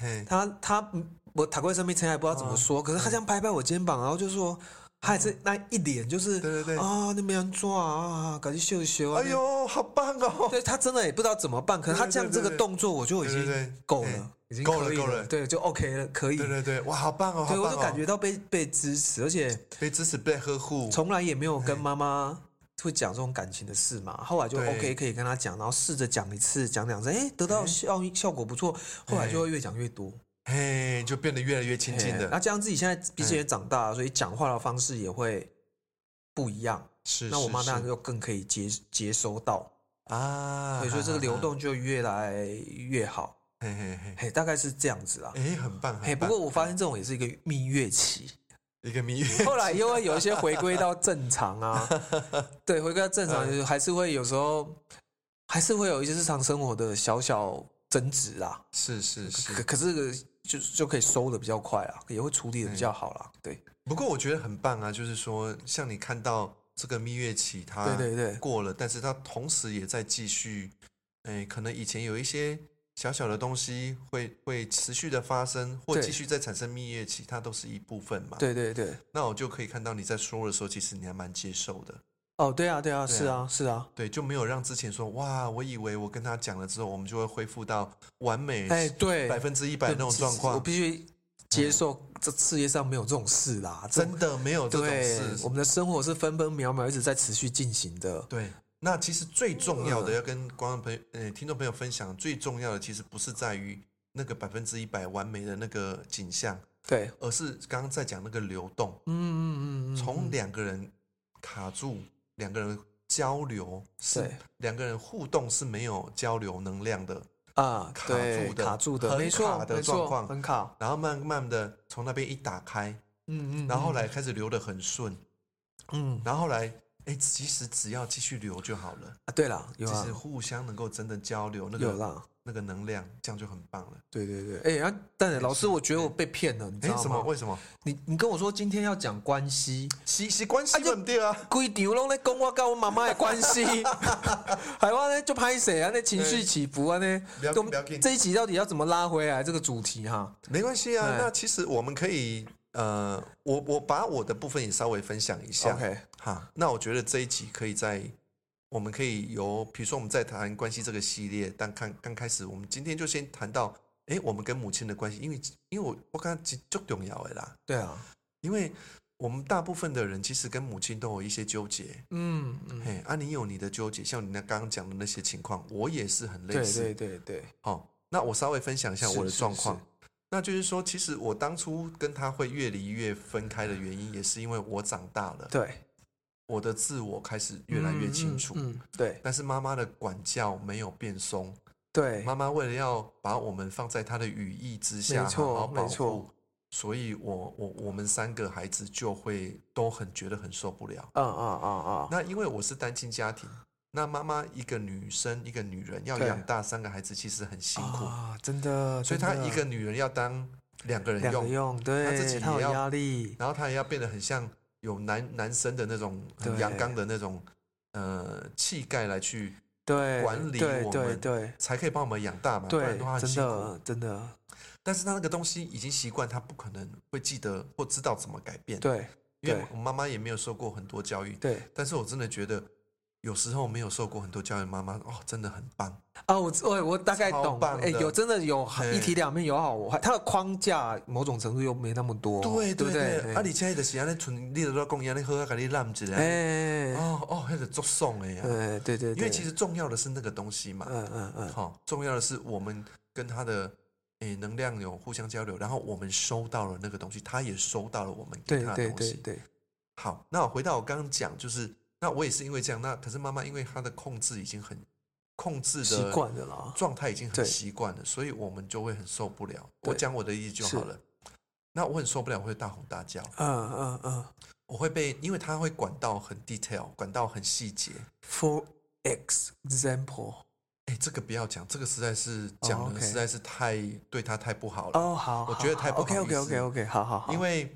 S2: 嘿，
S1: 她她我塔贵生病，陈还不知道怎么
S2: 嗯
S1: 说，可是她这样拍拍我肩膀，然后就说，她也是那一脸就是，
S2: 对对对
S1: 啊，你没人抓啊，赶紧秀秀啊，
S2: 哎呦，好棒哦，
S1: 对她真的也不知道怎么办，可是她
S2: 对对
S1: 这样
S2: 对
S1: 这个
S2: 对
S1: 动作我就已
S2: 对对
S1: 经
S2: 对
S1: 够
S2: 哎
S1: 了，已经
S2: 够了
S1: 可以
S2: 够了
S1: 了，对，就 OK 了，可以，
S2: 对对对，哇，好棒哦，好
S1: 对，我
S2: 棒
S1: 就感觉
S2: 哦，
S1: 到被被支持，而且。
S2: 被支持，被呵护，
S1: 从来也没有跟妈妈会讲这种感情的事嘛。后来就
S2: 对
S1: OK 可以跟她讲，然后试着讲一次，讲两次，哎，得到效效果不错，后来就会越讲越多，
S2: 嘿，就变得越来越亲近
S1: 哎那
S2: 的，
S1: 这样自己现在毕竟也长大了，所以讲话的方式也会不一样。
S2: 是，
S1: 那我
S2: 是
S1: 妈当
S2: 是
S1: 然就更可以接接收到，
S2: 啊，
S1: 所以说这个流动就越来越好。
S2: 嘿嘿嘿，
S1: 嘿，大概是这样子啦。
S2: 哎，很棒，
S1: 嘿，
S2: 很
S1: 不
S2: 棒，
S1: 过我发现这种也是一个蜜月期。
S2: 一个谜语，
S1: (laughs) 后来又会有一些回归到正常
S2: (laughs)
S1: 啊，对，回归到正常，就是
S2: 嗯
S1: 还是会有时候，还是会有一些日常生活的小小争执啊。
S2: 是是
S1: 可
S2: 是，
S1: 可是就就可以收的比较快啊，也会处理的比较好啦。
S2: 嗯
S1: 对，
S2: 不过我觉得很棒啊，就是说，像你看到这个蜜月期，它
S1: 对对对
S2: 过了，但是它同时也在继续，哎，可能以前有一些小小的东西会会持续的发生，或
S1: 对
S2: 继续在产生蜜月期，它都是一部分嘛。，
S1: 对对对，
S2: 那我就可以看到你在说的时候，其实你还蛮接受的。
S1: 哦，对啊，对啊，是啊，是啊，
S2: 对，就没有让之前说哇，我以为我跟他讲了之后，我们就会恢复到完美
S1: 哎，对，
S2: 百分之一百那种
S1: 对
S2: 状
S1: 我
S2: 况，
S1: 必须接受这世界上没有这种事啦，这
S2: 真的没有这种
S1: 对，我
S2: 事。
S1: 们的生活是分分秒秒一直在持续进行的。
S2: 对，那其实最重要的
S1: 嗯
S2: 要跟观众朋友、呃听众朋友分享，最重要的其实不是在于那个百分之一百完美的那个景象，
S1: 对，
S2: 而是刚刚在讲那个流动，
S1: 嗯嗯嗯嗯，
S2: 从两个人卡住，两个人交流是
S1: 对
S2: 两个人互动是没有交流能量的，
S1: 啊，
S2: 卡
S1: 对
S2: 住的
S1: 卡住的，
S2: 很
S1: 没错，
S2: 卡的
S1: 没错
S2: 状况
S1: 很卡。
S2: 然后慢慢的从那边一打开，
S1: 嗯嗯，
S2: 然后后来开始流的很顺，
S1: 嗯
S2: 然后后来哎，其实只要继续流就好了，
S1: 啊，对啦，有
S2: 其
S1: 啊
S2: 实互相能够真的交流那
S1: 有
S2: 个
S1: 啦，
S2: 那个能量，这样就很棒了。
S1: 对对对，哎、啊，但是老师，我觉得我被骗了，你知
S2: 哎，
S1: 道
S2: 什么？
S1: 吗？
S2: 为什么？
S1: 你你跟我说今天要讲关系，
S2: 是是关系问题啊？
S1: 规定拢在讲我跟我妈妈的关系，
S2: (laughs)
S1: 还我呢就拍谁啊？那情绪
S2: 对
S1: 起伏啊呢
S2: 不要？
S1: 都
S2: 紧不要紧
S1: 这一集到底要怎么拉回来这个主题哈？
S2: 没关系啊
S1: 哎。
S2: 那其实我们可以，呃，我我把我的部分也稍微分享一下。
S1: OK
S2: 哈，那我觉得这一集可以在，我们可以由，比如说我们在谈关系这个系列，但看刚开始，我们今天就先谈到，诶，我们跟母亲的关系，因为因为我我刚刚就重要的啦，
S1: 对啊，
S2: 因为我们大部分的人其实跟母亲都有一些纠结，
S1: 嗯嗯，
S2: 嘿，啊，你有你的纠结，像你那刚刚讲的那些情况，我也是很类
S1: 对
S2: 似，
S1: 对对对，
S2: 哦，那我稍微分享一下
S1: 是
S2: 我的
S1: 是
S2: 状
S1: 是
S2: 况。那就是说，其实我当初跟他会越离越分开的原因，也是因为我长大了，
S1: 对，
S2: 我的自我开始越来越
S1: 嗯
S2: 清
S1: 嗯
S2: 楚。
S1: 嗯，对
S2: 但是妈妈的管教没有变松，
S1: 对，
S2: 妈妈为了要把我们放在她的羽翼之下，
S1: 没错
S2: 好好保
S1: 没错
S2: 护，所以我我我们三个孩子就会都很觉得很受不了。
S1: 嗯嗯嗯嗯，
S2: 那因为我是单亲家庭，那妈妈一个女生一个女人要
S1: 对
S2: 养大三个孩子，其实很辛苦。
S1: 啊，真的，
S2: 所以
S1: 真
S2: 她
S1: 的
S2: 一个女人要当两个人
S1: 两个
S2: 用，
S1: 用，对，
S2: 她自己也
S1: 她有
S2: 要
S1: 压力，
S2: 然后她也要变得很像有男男生的那种很
S1: 对
S2: 阳刚的那种呃气概来去，
S1: 对，
S2: 管理
S1: 对
S2: 我
S1: 对
S2: 们
S1: 对
S2: 才可以帮我们养大嘛，不然
S1: 对
S2: 的话，很
S1: 真
S2: 辛苦。
S1: 的真的，
S2: 但是她那个东西已经习惯，她不可能会记得或知道怎么改变。，
S1: 对
S2: 因为
S1: 对
S2: 我妈妈也没有受过很多教育，
S1: 对
S2: 但是我真的觉得有时候没有受过很多教育的妈妈哦，真的很棒。
S1: 啊，我我我大概
S2: 超
S1: 懂，
S2: 棒
S1: 哎，
S2: 的
S1: 有真的有好
S2: 嘿
S1: 一体两面有好，它的框架某种程度又没那么多，
S2: 对
S1: 哦对
S2: 对
S1: 不
S2: 对，啊，
S1: 哎
S2: 你现在就是安尼，纯你都讲安尼好啊，给你揽一下，
S1: 哎，
S2: 哦哦，那个足爽的呀。
S1: 呃，对对，
S2: 因为其
S1: 实，
S2: 实重要的是那个东西嘛，
S1: 嗯嗯嗯，
S2: 好、重要的是我们跟他的诶能量有互相交流，然后我们收到了那个东西，他也收到了我们给
S1: 对
S2: 他的
S1: 对
S2: 东
S1: 对
S2: 西。
S1: 对，
S2: 好，那我回到我刚刚讲，就是那我也是因为这样，那可是妈妈因为她的控制已经很控制
S1: 习
S2: 的
S1: 惯的啦，
S2: 状态已经很
S1: 对
S2: 习惯了，所以我们就会很受不了。
S1: 对
S2: 我讲我的意思就是好了。那我很受不了，我会大吼大叫，
S1: 嗯嗯嗯
S2: 我会被，因为他会管到很 detail，管到很细节。
S1: ，For example，
S2: 哎，这个不要讲，这个实在是讲了，
S1: 哦 OK
S2: 实在是太对他太不好了。
S1: 哦好，
S2: 我觉得太不好
S1: OK OK
S2: 意思
S1: OK OK，好好好，
S2: 因为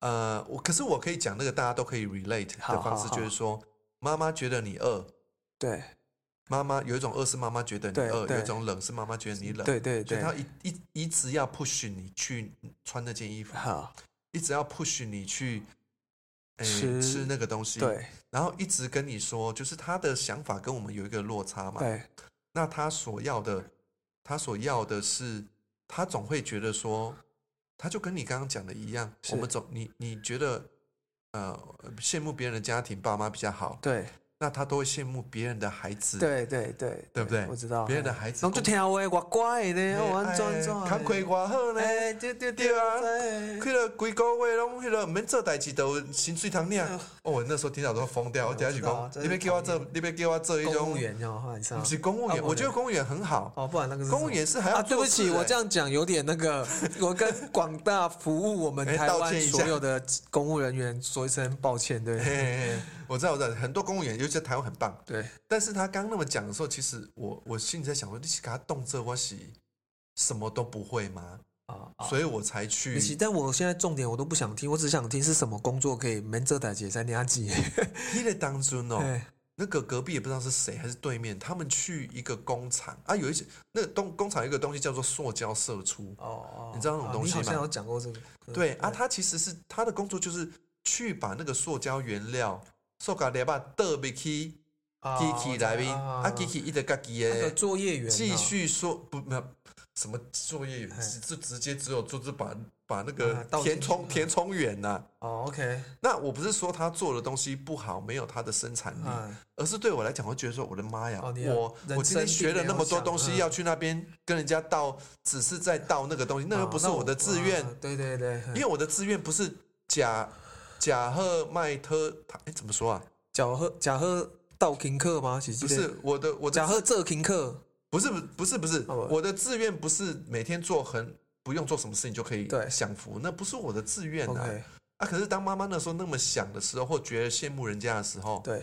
S2: 呃，我可是我可以讲那个大家都可以 relate 的
S1: 好
S2: 方式
S1: 好，好
S2: 就是说，妈妈觉得你饿，
S1: 对
S2: 妈妈有一种饿是妈妈觉得你
S1: 对
S2: 饿，
S1: 对
S2: 有一种冷是妈妈觉得你冷，
S1: 对对
S2: 所
S1: 对，
S2: 以她一一一直要 push 你去穿那件衣服，
S1: 好，
S2: 一直要 push 你去。诶
S1: 吃
S2: 吃那个东西，
S1: 对
S2: 然后一直跟你说，就是他的想法跟我们有一个落差嘛。
S1: 对
S2: 那他所要的，他所要的是，他总会觉得说，他就跟你刚刚讲的一样，
S1: 是
S2: 我们总你你觉得，呃，羡慕别人的家庭爸妈比较好，
S1: 对
S2: 那他都会羡慕别人的孩子，
S1: 对对对，
S2: 对不对？
S1: 我知道，
S2: 别人的孩子
S1: 然后就
S2: 工，
S1: 听话，我乖的，
S2: 哎
S1: 我安装装，
S2: 哎工课偌好呢，
S1: 哎，对对对
S2: 对啊
S1: 对
S2: 去了几个月拢迄落免做代志都有薪水通领。哦，我那时候听到都疯掉，我等下去
S1: 哎我
S2: 讲
S1: 知，道
S2: 你别给我做
S1: 这是，
S2: 你别给我做一
S1: 公务
S2: 种，
S1: 员哦，你知道
S2: 不？是公务员，
S1: 啊
S2: 我觉得公务员很好，
S1: 哦，不然那个是
S2: 公务员是还要
S1: 啊，对不
S2: 做事
S1: 起，我
S2: 哎
S1: 这样讲有点那
S2: (laughs)
S1: 个，我跟广大服务我们
S2: 哎
S1: 台
S2: 道
S1: 湾
S2: 歉一下
S1: 所有的公务人员说一声抱歉，对
S2: (laughs) 嘿嘿嘿我知道，我知道，很多公务员，尤其在台湾很棒。
S1: 对，
S2: 但是他刚那么讲的时候，其实我我心里在想说，你是给他动这我是什么都不会吗？
S1: 啊，
S2: 所以我才
S1: 以及，
S2: 去。
S1: 但我现在重点我都不想听，我只想听是什么工作可以免这台解三年级。
S2: 那个当中哦，
S1: 哎，
S2: 那个隔壁也不知道是谁，还是对面，他们去一个工厂啊，有一些那个东工厂有一个东西叫做塑胶射出，
S1: 哦哦，
S2: 你知道那种
S1: 啊
S2: 东西
S1: 你好像
S2: 吗
S1: 有讲过这个，
S2: 对啊，他其实是他的工作就是去把那个塑胶原料塑胶粒啊倒入去
S1: 啊
S2: 机器里面，
S1: 我知
S2: 啊
S1: 道
S2: 机器伊就家己
S1: 那个
S2: 的。
S1: 作业员啊
S2: 继续说不没有什么作业员
S1: 哎，
S2: 直就直接只有就是把把那
S1: 啊
S2: 个
S1: 倒进
S2: 填
S1: 去
S2: 充
S1: 嗯
S2: 填充远呐、
S1: 哦，OK，
S2: 那我不是说他做的东西不好，没有他的生产力，
S1: 嗯，
S2: 而是对我来讲，我会觉得说我的妈呀，
S1: 哦你的
S2: 我
S1: 人
S2: 我今天
S1: 生
S2: 学
S1: 并
S2: 了
S1: 没
S2: 那
S1: 有
S2: 么多
S1: 想
S2: 东西，
S1: 嗯
S2: 要去那边跟人家倒，只是在倒那个东西，那又
S1: 哦
S2: 不是我的志愿，
S1: 啊对对对，
S2: 因为我的志愿不是甲甲赫麦特，他哎怎么说啊？
S1: 假贺假贺到停课吗？是这
S2: 不
S1: 个
S2: 是我的我的
S1: 假贺这停课
S2: 不是不是不是不是，
S1: 哦
S2: 我的志愿不是每天做很不用做什么事情就可以
S1: 对
S2: 享福，那不是我的志愿啊。
S1: OK，
S2: 啊，可是当妈妈那时候那么想的时候，或觉得羡慕人家的时候，
S1: 对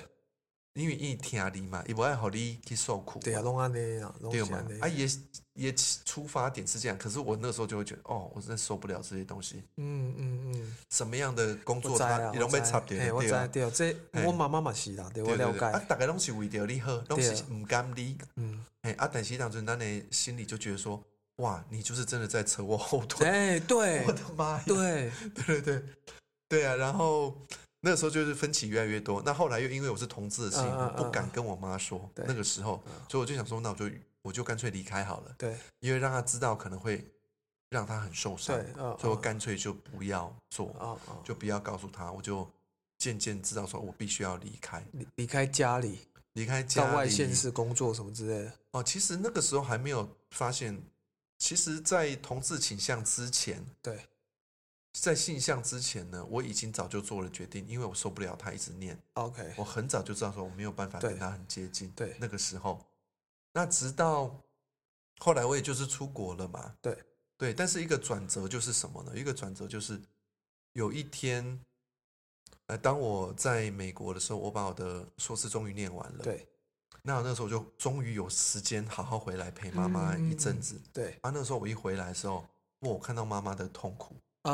S2: 因为一听你嘛，也不爱好你去受苦，
S1: 对啊，，弄安尼啊，弄
S2: 对
S1: 安
S2: 嘛
S1: 尼。，
S2: 啊也也出发点是这样，可是我那时候就会觉得，哦，我真的受不了这些东西，
S1: 嗯嗯嗯，
S2: 什么样的工
S1: 我
S2: 作
S1: 知
S2: 他
S1: 啊，
S2: 拢
S1: 我
S2: 被
S1: 知
S2: 插掉
S1: 嘿，我
S2: 对啊
S1: 知，对啊，这
S2: 嘿
S1: 我妈妈嘛是啦，对我
S2: 对
S1: 了
S2: 对对啊
S1: 解，，
S2: 大家拢是为着你好，拢
S1: 对
S2: 是
S1: 啊
S2: 唔甘你，
S1: 嗯，
S2: 哎啊，但是当时咱的心里就觉得说，哇，你就是真的在扯我后腿，
S1: 哎，对
S2: 我的妈呀，
S1: 对，
S2: 对对对，对啊，然后那个时候就是分歧越来越多。那后来又因为我是同志的事情，
S1: 嗯嗯
S2: 我不
S1: 嗯
S2: 敢跟我妈说。
S1: 对嗯
S2: 那个时候，所以我就想说，那我就我就干脆离开好了，
S1: 对
S2: 因为让她知道可能会让她很受伤
S1: 对，，嗯，
S2: 所以我
S1: 嗯
S2: 干脆就不要做，
S1: 哦哦，
S2: 就不要告诉她，我就渐渐知道说我必须要离开，
S1: 离离开家里，
S2: 离开家
S1: 嗯到
S2: 里。
S1: 外县市工作什么之类的。
S2: 哦，其实那个时候还没有发现，其实，在同志倾向之前，
S1: 对，
S2: 在性向之前呢，我已经早就做了决定，因为我受不了他一直念，
S1: OK，
S2: 我很早就知道说我没有办法跟
S1: 对
S2: 他很接近。
S1: 对
S2: 那个时候，那直到后来我也就是出国了嘛。
S1: 对
S2: 对，但是一个转折就是什么呢？一个转折就是有一天，呃，当我在美国的时候，我把我的硕士终于念完了。
S1: 对
S2: 那那时候我就终于有时间好好回来陪妈妈
S1: 嗯
S2: 一阵子。
S1: 对
S2: 啊，那时候我一回来的时候，哇我看到妈妈的痛苦，
S1: 啊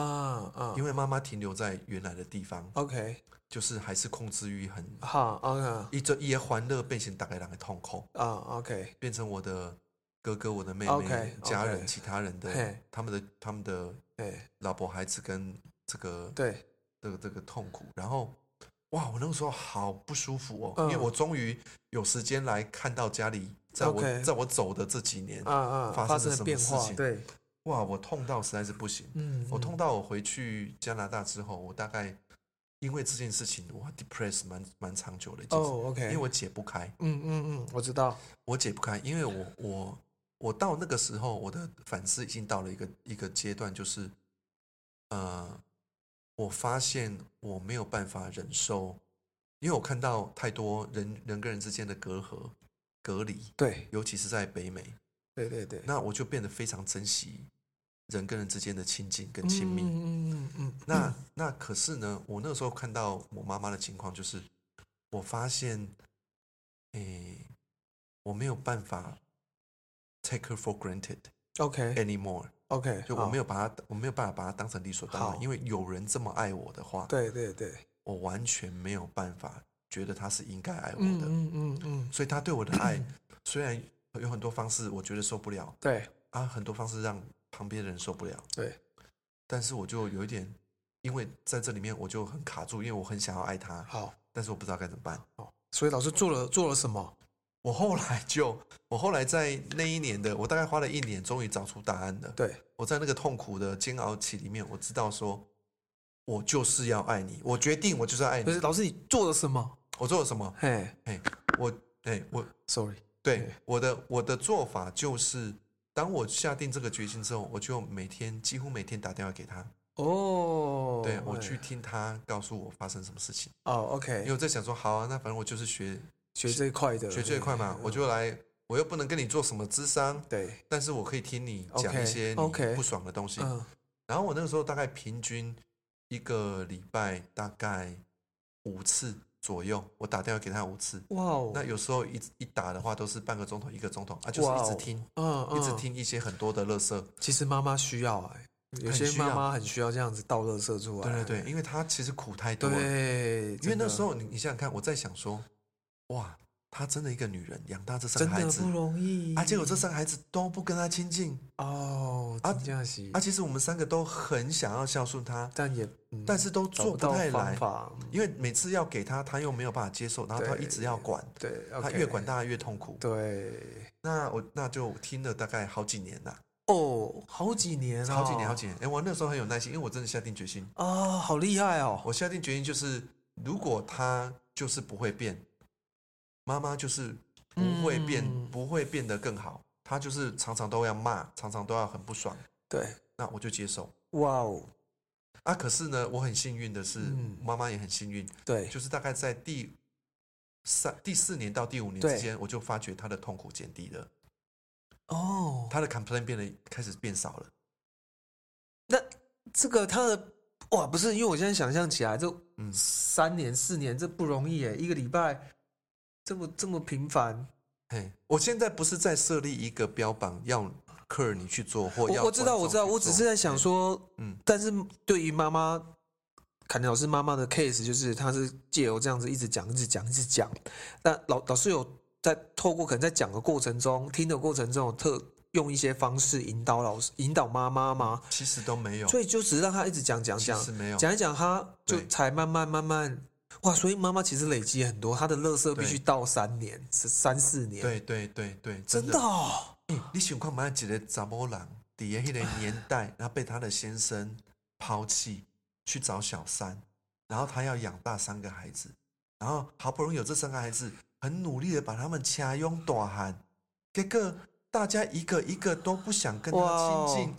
S1: 啊
S2: 因为妈妈停留在原来的地方，
S1: ，OK，
S2: 就是还是控制欲很，
S1: 好，OK，
S2: 一这一欢乐变成大概两个痛苦，
S1: 啊，OK，
S2: 变成我的哥哥、我的妹妹、
S1: OK，OK
S2: 家人、其他人的
S1: 嘿
S2: 他们的他们的
S1: 哎，
S2: 老婆、孩子跟这个
S1: 对
S2: 这个这个痛苦，然后。哇，我那个时候好不舒服哦，
S1: 嗯
S2: 因为我终于有时间来看到家里，在我
S1: OK
S2: 在我走的这几年，
S1: 啊啊，
S2: 发
S1: 发
S2: 生
S1: 生
S2: 了
S1: 了
S2: 什么
S1: 变
S2: 事
S1: 化，
S2: 情
S1: 对，
S2: 哇，我痛到实在是不行。
S1: 嗯，
S2: 我痛
S1: 嗯
S2: 到我回去加拿大之后，我大概因为这件事情，我 depress 蛮蛮长久的一件事，
S1: 哦，OK，
S2: 因为我解不开，
S1: 嗯嗯嗯，我知道，
S2: 我解不开，因为我我我到那个时候，我的反思已经到了一个一个阶段，就是呃，我发现我没有办法忍受，因为我看到太多人人跟人之间的隔阂、隔离，
S1: 对
S2: 尤其是在北美，
S1: 对对对，
S2: 那我就变得非常珍惜人跟人之间的亲近跟
S1: 嗯
S2: 亲密。
S1: 嗯嗯嗯嗯，
S2: 那那可是呢，我那个时候看到我妈妈的情况，就是我发现，诶、我没有办法 take her for granted
S1: OK
S2: anymore，
S1: OK，
S2: 哎就我没
S1: 有，
S2: 有把她，我没有办法把她当成理所当然，
S1: 哦好
S2: 因为有人这么爱我的话，
S1: 对对对，
S2: 我完全没有办法觉得她是应该爱我
S1: 嗯
S2: 的，
S1: 嗯嗯嗯，
S2: 所以她对我的爱
S1: (clears throat)
S2: 虽然有很多方式我觉得受不了
S1: 对
S2: 啊，很多方式让旁边的人受不了，
S1: 对
S2: 但是我就有一点。因为在这里面我就很卡住，因为我很想要爱她，
S1: 好，
S2: 但是我不知道该怎么办。
S1: 所以老师做了做了什么？
S2: 我后来就，我后来在那一年的，我大概花了一年，终于找出答案了。
S1: 对
S2: 我在那个痛苦的煎熬期里面，我知道说，我就是要爱你，我决定我就是要爱
S1: 不
S2: 你
S1: 是。老师你做了什么？
S2: 我做了什么？
S1: 嘿
S2: 我哎，我
S1: ，Sorry，
S2: 对
S1: 对
S2: 我的我的做法就是，当我下定这个决心之后，我就每天几乎每天打电话给他，
S1: 哦，
S2: 对我去
S1: 哎，
S2: 听他告诉我发生什么事情。
S1: 哦
S2: 因
S1: OK，
S2: 为我在想说，好啊，那反正我就是学
S1: 学这一块的，
S2: 学这一块嘛，我就来，我又不能跟你做什么智商。
S1: 对，
S2: 但是我可以听你讲一
S1: OK，
S2: 些你
S1: OK
S2: 不爽的东西。
S1: 嗯。
S2: 然后我那个时候大概平均一个礼拜大概五次左右，我打电话给他五次。
S1: 哇哦，
S2: 那有时候一一打的话都是半个钟头、一个钟头啊，就是一直听，
S1: 嗯，
S2: 一直
S1: 嗯。
S2: 听一些很多的乐色。
S1: 其实妈妈需要哎、有
S2: 很
S1: 些
S2: 需
S1: 妈
S2: 要
S1: 妈很需要这样子倒垃圾出
S2: 对
S1: 来。欸
S2: 对对，因为他其实苦太多了。
S1: 对，
S2: 因为
S1: 真
S2: 那
S1: 的
S2: 时候你你想想看，我在想说，哇，她真的一个女人养大这三
S1: 真
S2: 个孩
S1: 的
S2: 子
S1: 不，容易
S2: 啊，结果这三个孩子都不跟她亲近，
S1: 哦，
S2: 啊
S1: 真的是，
S2: 啊，其实我们三个都很想要孝顺她，
S1: 但也、嗯
S2: 但是都
S1: 找
S2: 做
S1: 不
S2: 不
S1: 到
S2: 太
S1: 方
S2: 来。
S1: 法，嗯
S2: 因为每次要给他，他又没有办法接受，然后他
S1: 对
S2: 一直要管，
S1: 对，
S2: 他
S1: OK
S2: 越管大家越痛苦。
S1: 对
S2: 那我那就听了大概好几年啦，
S1: 哦，好几年啊、
S2: 好几年，好几年。哎，我那时候很有耐心，因为我真的下定决心，
S1: 啊、好厉害哦，
S2: 我下定决心就是，如果他就是不会变，妈妈就是不会变，
S1: 嗯
S2: 不会变得更好，他就是常常都要骂，常常都要很不爽，
S1: 对，
S2: 那我就接受。
S1: 哇哦，
S2: 啊，可是呢，我很幸运的是，
S1: 嗯
S2: 妈妈也很幸运，
S1: 对，
S2: 就是大概在第三、第四年到第五年
S1: 对
S2: 之间，我就发觉他的痛苦减低了，
S1: 哦，
S2: 他的 complain 变得开始变少了。
S1: 那这个他的哇，不是，因为我现在想象起来，这
S2: 嗯
S1: 三年四年这不容易耶，一个礼拜这么这么频繁。
S2: 嘿，我现在不是在设立一个标榜要客你去做，或要
S1: 我我知道，
S2: 观众
S1: 我知道，
S2: 去
S1: 我只
S2: 做
S1: 是在想，说，
S2: 嗯
S1: 但是对于妈妈，坎尼老师妈妈的 case，就是她是借由这样子一直讲，一直讲，一直讲。那老老师有在透过可能在讲的过程中，听的过程中，有特用一些方式引导老师，引导妈妈吗？
S2: 其实都没有，
S1: 所以就只是让她一直讲讲
S2: 其
S1: 讲
S2: 实没有，
S1: 讲一讲，她就
S2: 对
S1: 才慢慢慢慢。哇，所以妈妈其实累积很多，她的垃圾必须
S2: 对
S1: 到三年、三四年，
S2: 对对对对，
S1: 真的、哦，
S2: 你想看嘛？一个查某人，伫诶迄个年代，然后被他的先生抛弃，去找小三，然后他要养大三个孩子，然后好不容易有这三个孩子，很努力的把他们掐拥大喊，结果大家一个一个都不想跟
S1: 哇
S2: 他
S1: 哦
S2: 亲近，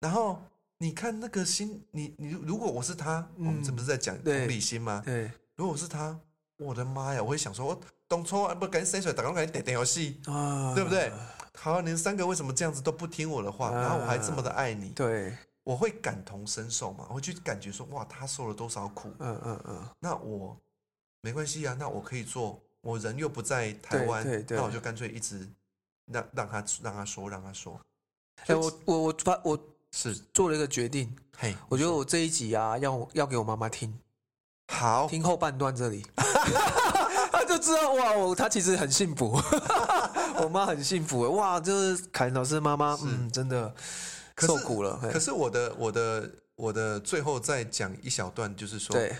S2: 然后你看那个心，你你如果我是他，我们这
S1: 嗯
S2: 不是在讲
S1: 对
S2: 同理心吗？
S1: 对，
S2: 如果我是他，我的妈呀，我会想说，我当初啊不赶紧生出来，打工赶紧点点游戏。
S1: 啊，
S2: 对不对？好，你们三个为什么这样子都不听我的话？然后我还这么的爱你，
S1: 对，
S2: 我会感同身受嘛？我会去感觉说，哇，他受了多少苦？
S1: 嗯嗯嗯，
S2: 那我没关系啊，那我可以做，我人又不在台
S1: 对
S2: 湾
S1: 对，对
S2: 那我就干脆一直让让他让他说，让他说，
S1: 哎、我我我发我
S2: 是
S1: 做了一个决定，
S2: 嘿，
S1: 我觉得我这一集啊，要我要给我妈妈听，
S2: 好，
S1: 听后半段这
S2: (laughs)
S1: 里，她就知道哇，我她其实很幸福， (laughs) 我妈很幸福哇，就是凯恩老师的妈妈，
S2: 是
S1: 嗯，真的
S2: 可
S1: 受
S2: 是
S1: 苦了，嘿
S2: 可是我的我的我的最后再讲一小段，就是说，
S1: 对，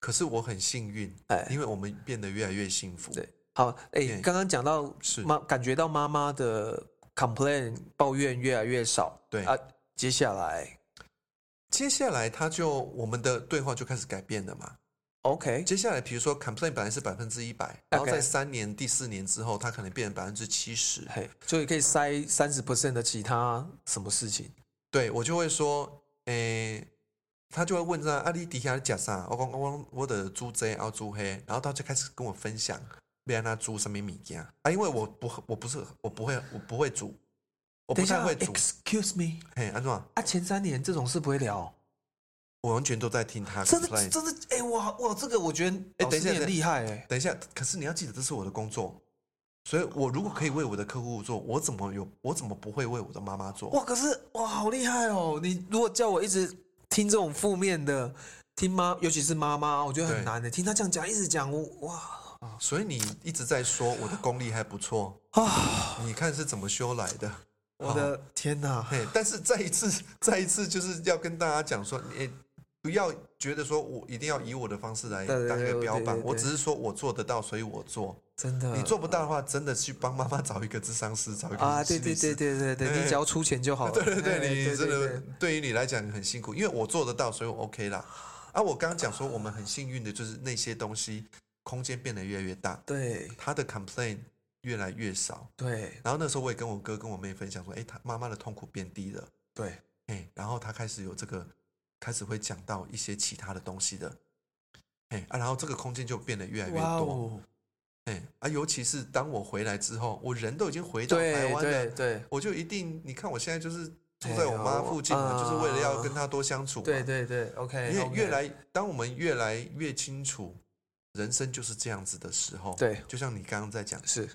S2: 可是我很幸运，
S1: 哎，
S2: 因为我们变得越来越幸福，
S1: 对好，哎、
S2: 对
S1: 刚刚讲到
S2: 是
S1: 妈，感觉到妈妈的 complain 抱怨越来越少，
S2: 对
S1: 啊，接下来
S2: 接下来他就我们的对话就开始改变了嘛。
S1: OK，
S2: 接下来，比如说 complain 本来是百分之一百，然后
S1: OK
S2: 在三年、第四年之后，它可能变成百分之七十。
S1: 嘿，所以可以塞三十 percent 的其他什么事情，
S2: 对我就会说，诶、他就会问说，啊，你底下假啥？我讲我讲我的猪这啊猪黑，然后他就开始跟我分享，别那猪什么米件啊，因为我不我不是我不会我不会煮，我
S1: 等
S2: 不
S1: 一下
S2: 太会煮。
S1: ，Excuse me，
S2: 嘿，安诺，
S1: 啊，前三年这种事不会聊，
S2: 我完全都在听他
S1: 真
S2: complain。
S1: 的真的，哎、哇哇，这个我觉得
S2: 哎
S1: 老
S2: 等
S1: 师你
S2: 一下
S1: 很
S2: 等
S1: 厉害哎、
S2: 等一下，可是你要记得，这是我的工作，所以我如果可以为我的客户做，我怎么有我怎么不会为我的妈妈做？
S1: 哇，可是哇，好厉害哦！你如果叫我一直听这种负面的，听妈，尤其是妈妈，我觉得很
S2: 对
S1: 难的、听她这样讲，一直讲，我哇
S2: 所以你一直在说我的功力还不错，
S1: 啊，
S2: 你看是怎么修来的？
S1: 我的天哪！
S2: 嘿，但是再一次， (laughs) 再一次就是要跟大家讲说，你、诶不要觉得说我一定要以我的方式来
S1: 对对
S2: 当一
S1: 对
S2: 个标
S1: 对嗯
S2: 榜，
S1: 对
S2: 我只是说我做得到，所以我做。
S1: 真的，
S2: 你做不到的话，真的去帮妈妈找一个智商师，找一个
S1: 啊？对
S2: 心
S1: 对
S2: 理
S1: 对
S2: 师。
S1: 对对对，
S2: 哎
S1: 你只要出钱就好了。
S2: 对 (laughs) 对
S1: 哎
S2: 对，你真
S1: 对
S2: 的对于你来讲很辛苦，因为我做得到，所以我 OK 啦。啊，我刚刚讲说我们很幸运的就是那些东西空间变得越来越大，
S1: 对
S2: 他的 complain 越来越少。
S1: 对
S2: 然后那时候我也跟我哥跟我妹分享说，哎，他妈妈的痛苦变低了，
S1: 对，
S2: 哎，然后他开始有这个，开始会讲到一些其他的东西的，哎啊，然后这个空间就变得越来越
S1: 哇
S2: 多，
S1: 哦，
S2: 哎啊，尤其是当我回来之后，我人都已经回到台
S1: 对
S2: 湾
S1: 对
S2: 了，
S1: 对
S2: 我就一定，你看我现在就是住
S1: 哎
S2: 在我
S1: 呀
S2: 妈
S1: 我
S2: 附近嘛，就是为了要跟
S1: 啊
S2: 她多相处嘛，
S1: 对对对，OK，
S2: 因为
S1: OK
S2: 越来，当我们越来越清楚人生就是这样子的时候，
S1: 对
S2: 就像你刚刚在讲
S1: 是，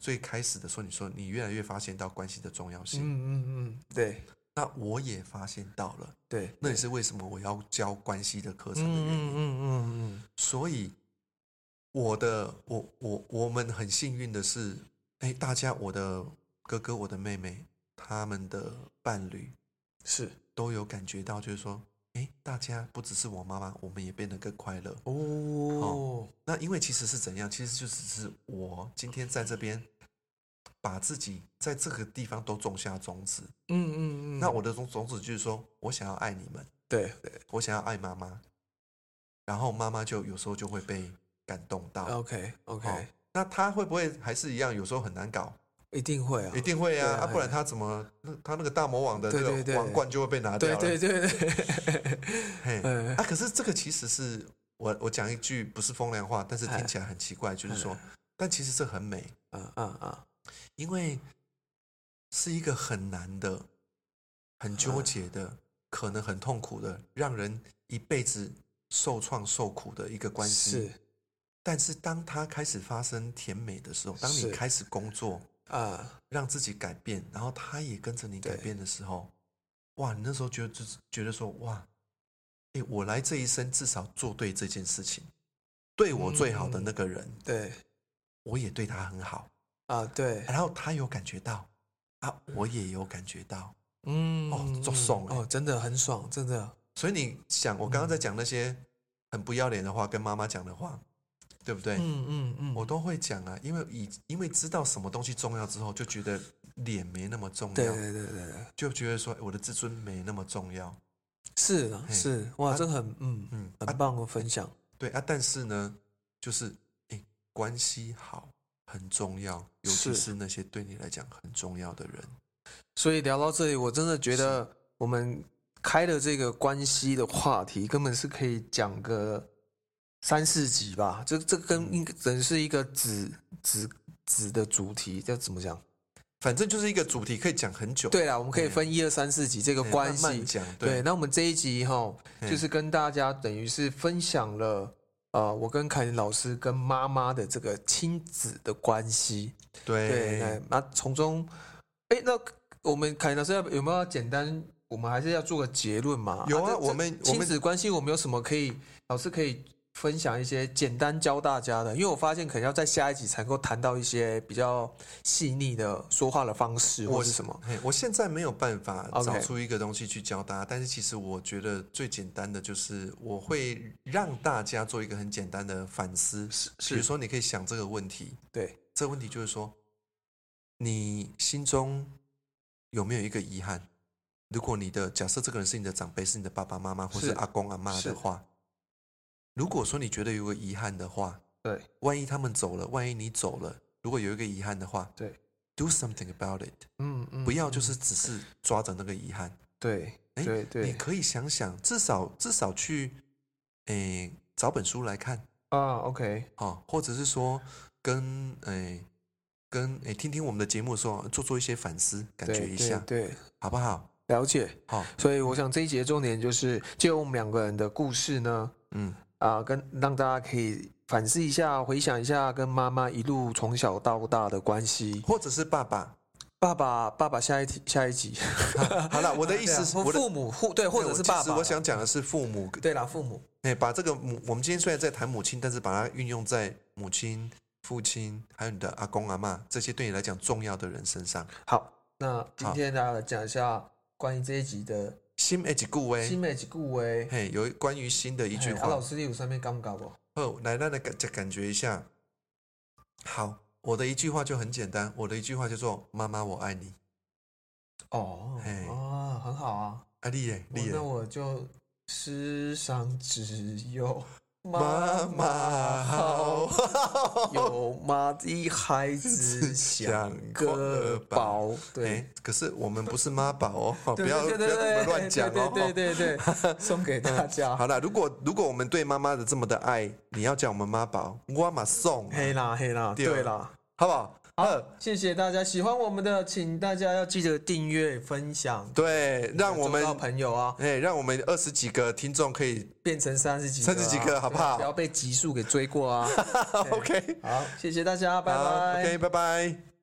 S2: 最开始的时候，你说你越来越发现到关系的重要
S1: 嗯
S2: 性，
S1: 嗯嗯，对
S2: 那我也发现到了，
S1: 对，
S2: 那也是为什么我要教关系的课
S1: 嗯
S2: 程的原因。
S1: 嗯嗯嗯
S2: 所以我的我我我们很幸运的是，哎，大家我的哥哥我的妹妹他们的伴侣
S1: 是
S2: 都有感觉到，就是说，哎，大家不只是我妈妈，我们也变得更快乐。
S1: 哦，
S2: 那因为其实是怎样？其实就只是我今天在这边，把自己在这个地方都种下种子。
S1: 嗯嗯嗯，
S2: 那我的种种子就是说我想要爱你们，
S1: 对对
S2: 我想要爱妈妈，然后妈妈就有时候就会被感动到。
S1: ，OK OK，、
S2: 哦那他会不会还是一样？有时候很难搞，
S1: 一定会啊，
S2: 一定会
S1: 对
S2: 啊，
S1: 啊
S2: 啊不然他怎么那他那个大魔王的
S1: 对对
S2: 那
S1: 对
S2: 个王冠就会被拿掉
S1: 对对
S2: 了。
S1: 对对，
S2: (laughs) 嘿
S1: 嗯
S2: 啊，可是这个其实是我我讲一句不是风凉话，但是听起来很奇怪，就是
S1: 嗯
S2: 说，但其实这很美，
S1: 啊啊啊，嗯
S2: 因为是一个很难的、很纠结的、可能很痛苦的，让人一辈子受创受苦的一个关系。
S1: 是
S2: 但是当它开始发生甜美的时候，当
S1: 是
S2: 你开始工作，
S1: 啊，
S2: 让自己改变，然后他也跟着你改
S1: 对
S2: 变的时候，哇，你那时候觉得就是觉得说，哇，哎，我来这一生至少做对这件事情，对我最好
S1: 嗯
S2: 的那个人，
S1: 对
S2: 我也对他很好，
S1: 啊，对，
S2: 然后他有感觉到，啊，我也有感觉到，
S1: 嗯，
S2: 哦做爽欸
S1: 哦，真的很爽，真的，
S2: 所以你想，我
S1: 嗯
S2: 刚刚在讲那些很不要脸的话，跟妈妈讲的话，对不对？
S1: 嗯嗯嗯，
S2: 哎我都会讲啊，因为以因为知道什么东西重要之后，就觉得脸没那么重
S1: 对
S2: 要，
S1: 对对对对，
S2: 就觉得说哎我的自尊没那么重要。
S1: 是啊
S2: 嘿
S1: 是，哇，
S2: 啊
S1: 这很嗯
S2: 嗯，啊
S1: 很棒的分享，
S2: 对啊，但是呢，就是诶，关系好很重要，尤其
S1: 是
S2: 是那些对你来讲很重要的人。
S1: 所以聊到这里，我真的觉得我们开的这个关系的话题，根本是可以讲个三四集吧。这这跟应只是一个子子子的主题，这怎么讲？
S2: 反正就是一个主题，可以讲很久。
S1: 对啦，我们可以
S2: 对
S1: 分一二三四集这个
S2: 诶，
S1: 关
S2: 慢
S1: 系
S2: 慢。讲。
S1: 对，，那我们这一集哈，
S2: 嗯
S1: 就是跟大家等于是分享了。呃，我跟凯琳老师跟妈妈的这个亲子的关系，对，
S2: 对
S1: 哎，那从中，哎，那我们凯老师要有没有要简单？我们还是要做个结论嘛？
S2: 有
S1: 这
S2: 啊，
S1: 这
S2: 我们我
S1: 亲
S2: 们
S1: 子关系，我们有什么可以老师可以分享一些简单教大家的？因为我发现可能要在下一集才能够谈到一些比较细腻的说话的方式或是什么。
S2: 嘿我现在没有办法
S1: OK
S2: 找出一个东西去教大家，但是其实我觉得最简单的就是我会让大家做一个很简单的反思，
S1: 是
S2: 比如说你可以想这个问题，
S1: 对，
S2: 这个问题就是说，你心中有没有一个遗憾？如果你的假设这个人是你的长辈，是你的爸爸妈妈或是
S1: 是
S2: 阿公阿妈
S1: 是
S2: 的话，如果说你觉得有个遗憾的话，
S1: 对，
S2: 万一他们走了，万一你走了，如果有一个遗憾的话，
S1: 对
S2: ，do something about it，
S1: 嗯嗯
S2: 不要就是只是抓着那个遗憾，
S1: 对，
S2: 哎
S1: 对
S2: 你
S1: 对
S2: 可以想想，至少至少去，诶，找本书来看，
S1: 啊，OK，
S2: 哦，或者是说跟诶跟诶听听我们的节目的时候，做做一些反思，感觉
S1: 对
S2: 一
S1: 对
S2: 下，
S1: 对，
S2: 好不好？哦
S1: 了解。 (laughs)
S2: 好、
S1: 所以我想这一节重点就是借由我们两个人的故事呢，
S2: 嗯，
S1: 啊，跟让大家可以反思一下，回想一下跟妈妈一路从小到大的关系。
S2: 或者是爸爸，
S1: 爸爸，爸爸，下一题，下一
S2: (laughs)
S1: 集。
S2: 好了，我的意思是，
S1: 对啊
S2: 我的
S1: 父母或对，或者
S2: 对
S1: 是爸
S2: 我其
S1: 爸
S2: 实
S1: 啦。
S2: 我想讲的是父母，
S1: 对啦，父母
S2: 哎，把这个母，我们今天虽然在谈母亲，但是把它运用在母亲、父亲，还有你的阿公阿妈这些对你来讲重要的人身上。
S1: 好。那今天大家来讲一下关于这一集的
S2: 心哎，及顾
S1: 新
S2: 威，
S1: 美及顾威。
S2: 嘿，有关于心的一句
S1: 嘿啊
S2: 话
S1: 老，师，你有上面尴尬不？
S2: 哦，来，让你感感觉一下。好，我的一句话就很简单，我的一句话叫做“妈妈，我爱你
S1: 哦
S2: 嘿，
S1: 啊，很好啊。”。
S2: 啊，你耶，
S1: 我
S2: 你耶
S1: 那，我就世上只有
S2: 妈
S1: 妈
S2: 妈
S1: 妈好。
S2: 好。
S1: 有妈的孩子像个宝，对
S2: 哎，，可是我们不是妈宝
S1: (laughs)
S2: 哦，哦不
S1: 对
S2: 要不
S1: 对
S2: 要
S1: 对
S2: 这
S1: 对
S2: 么乱讲哦。
S1: 对对对对
S2: (laughs)
S1: 对，送给大
S2: 哦
S1: 家。
S2: 好了，如果如果我们对妈妈的这么的爱，你要叫我们妈宝，我马送，
S1: 黑啦黑啦，
S2: 对哦
S1: 对啦，
S2: 好不好？好，
S1: 谢谢大家，喜欢我们的，请大家要记得订阅、分享，
S2: 对，让我们
S1: 周遭朋友啊
S2: 哎，让我们二十几个听众可以 (laughs)
S1: 变成三十几个啊、
S2: 三十几个好不好
S1: 对不要被集数给追过啊！
S2: ，OK，
S1: 好，谢谢大家，拜
S2: 好
S1: 拜。
S2: ，OK，拜拜。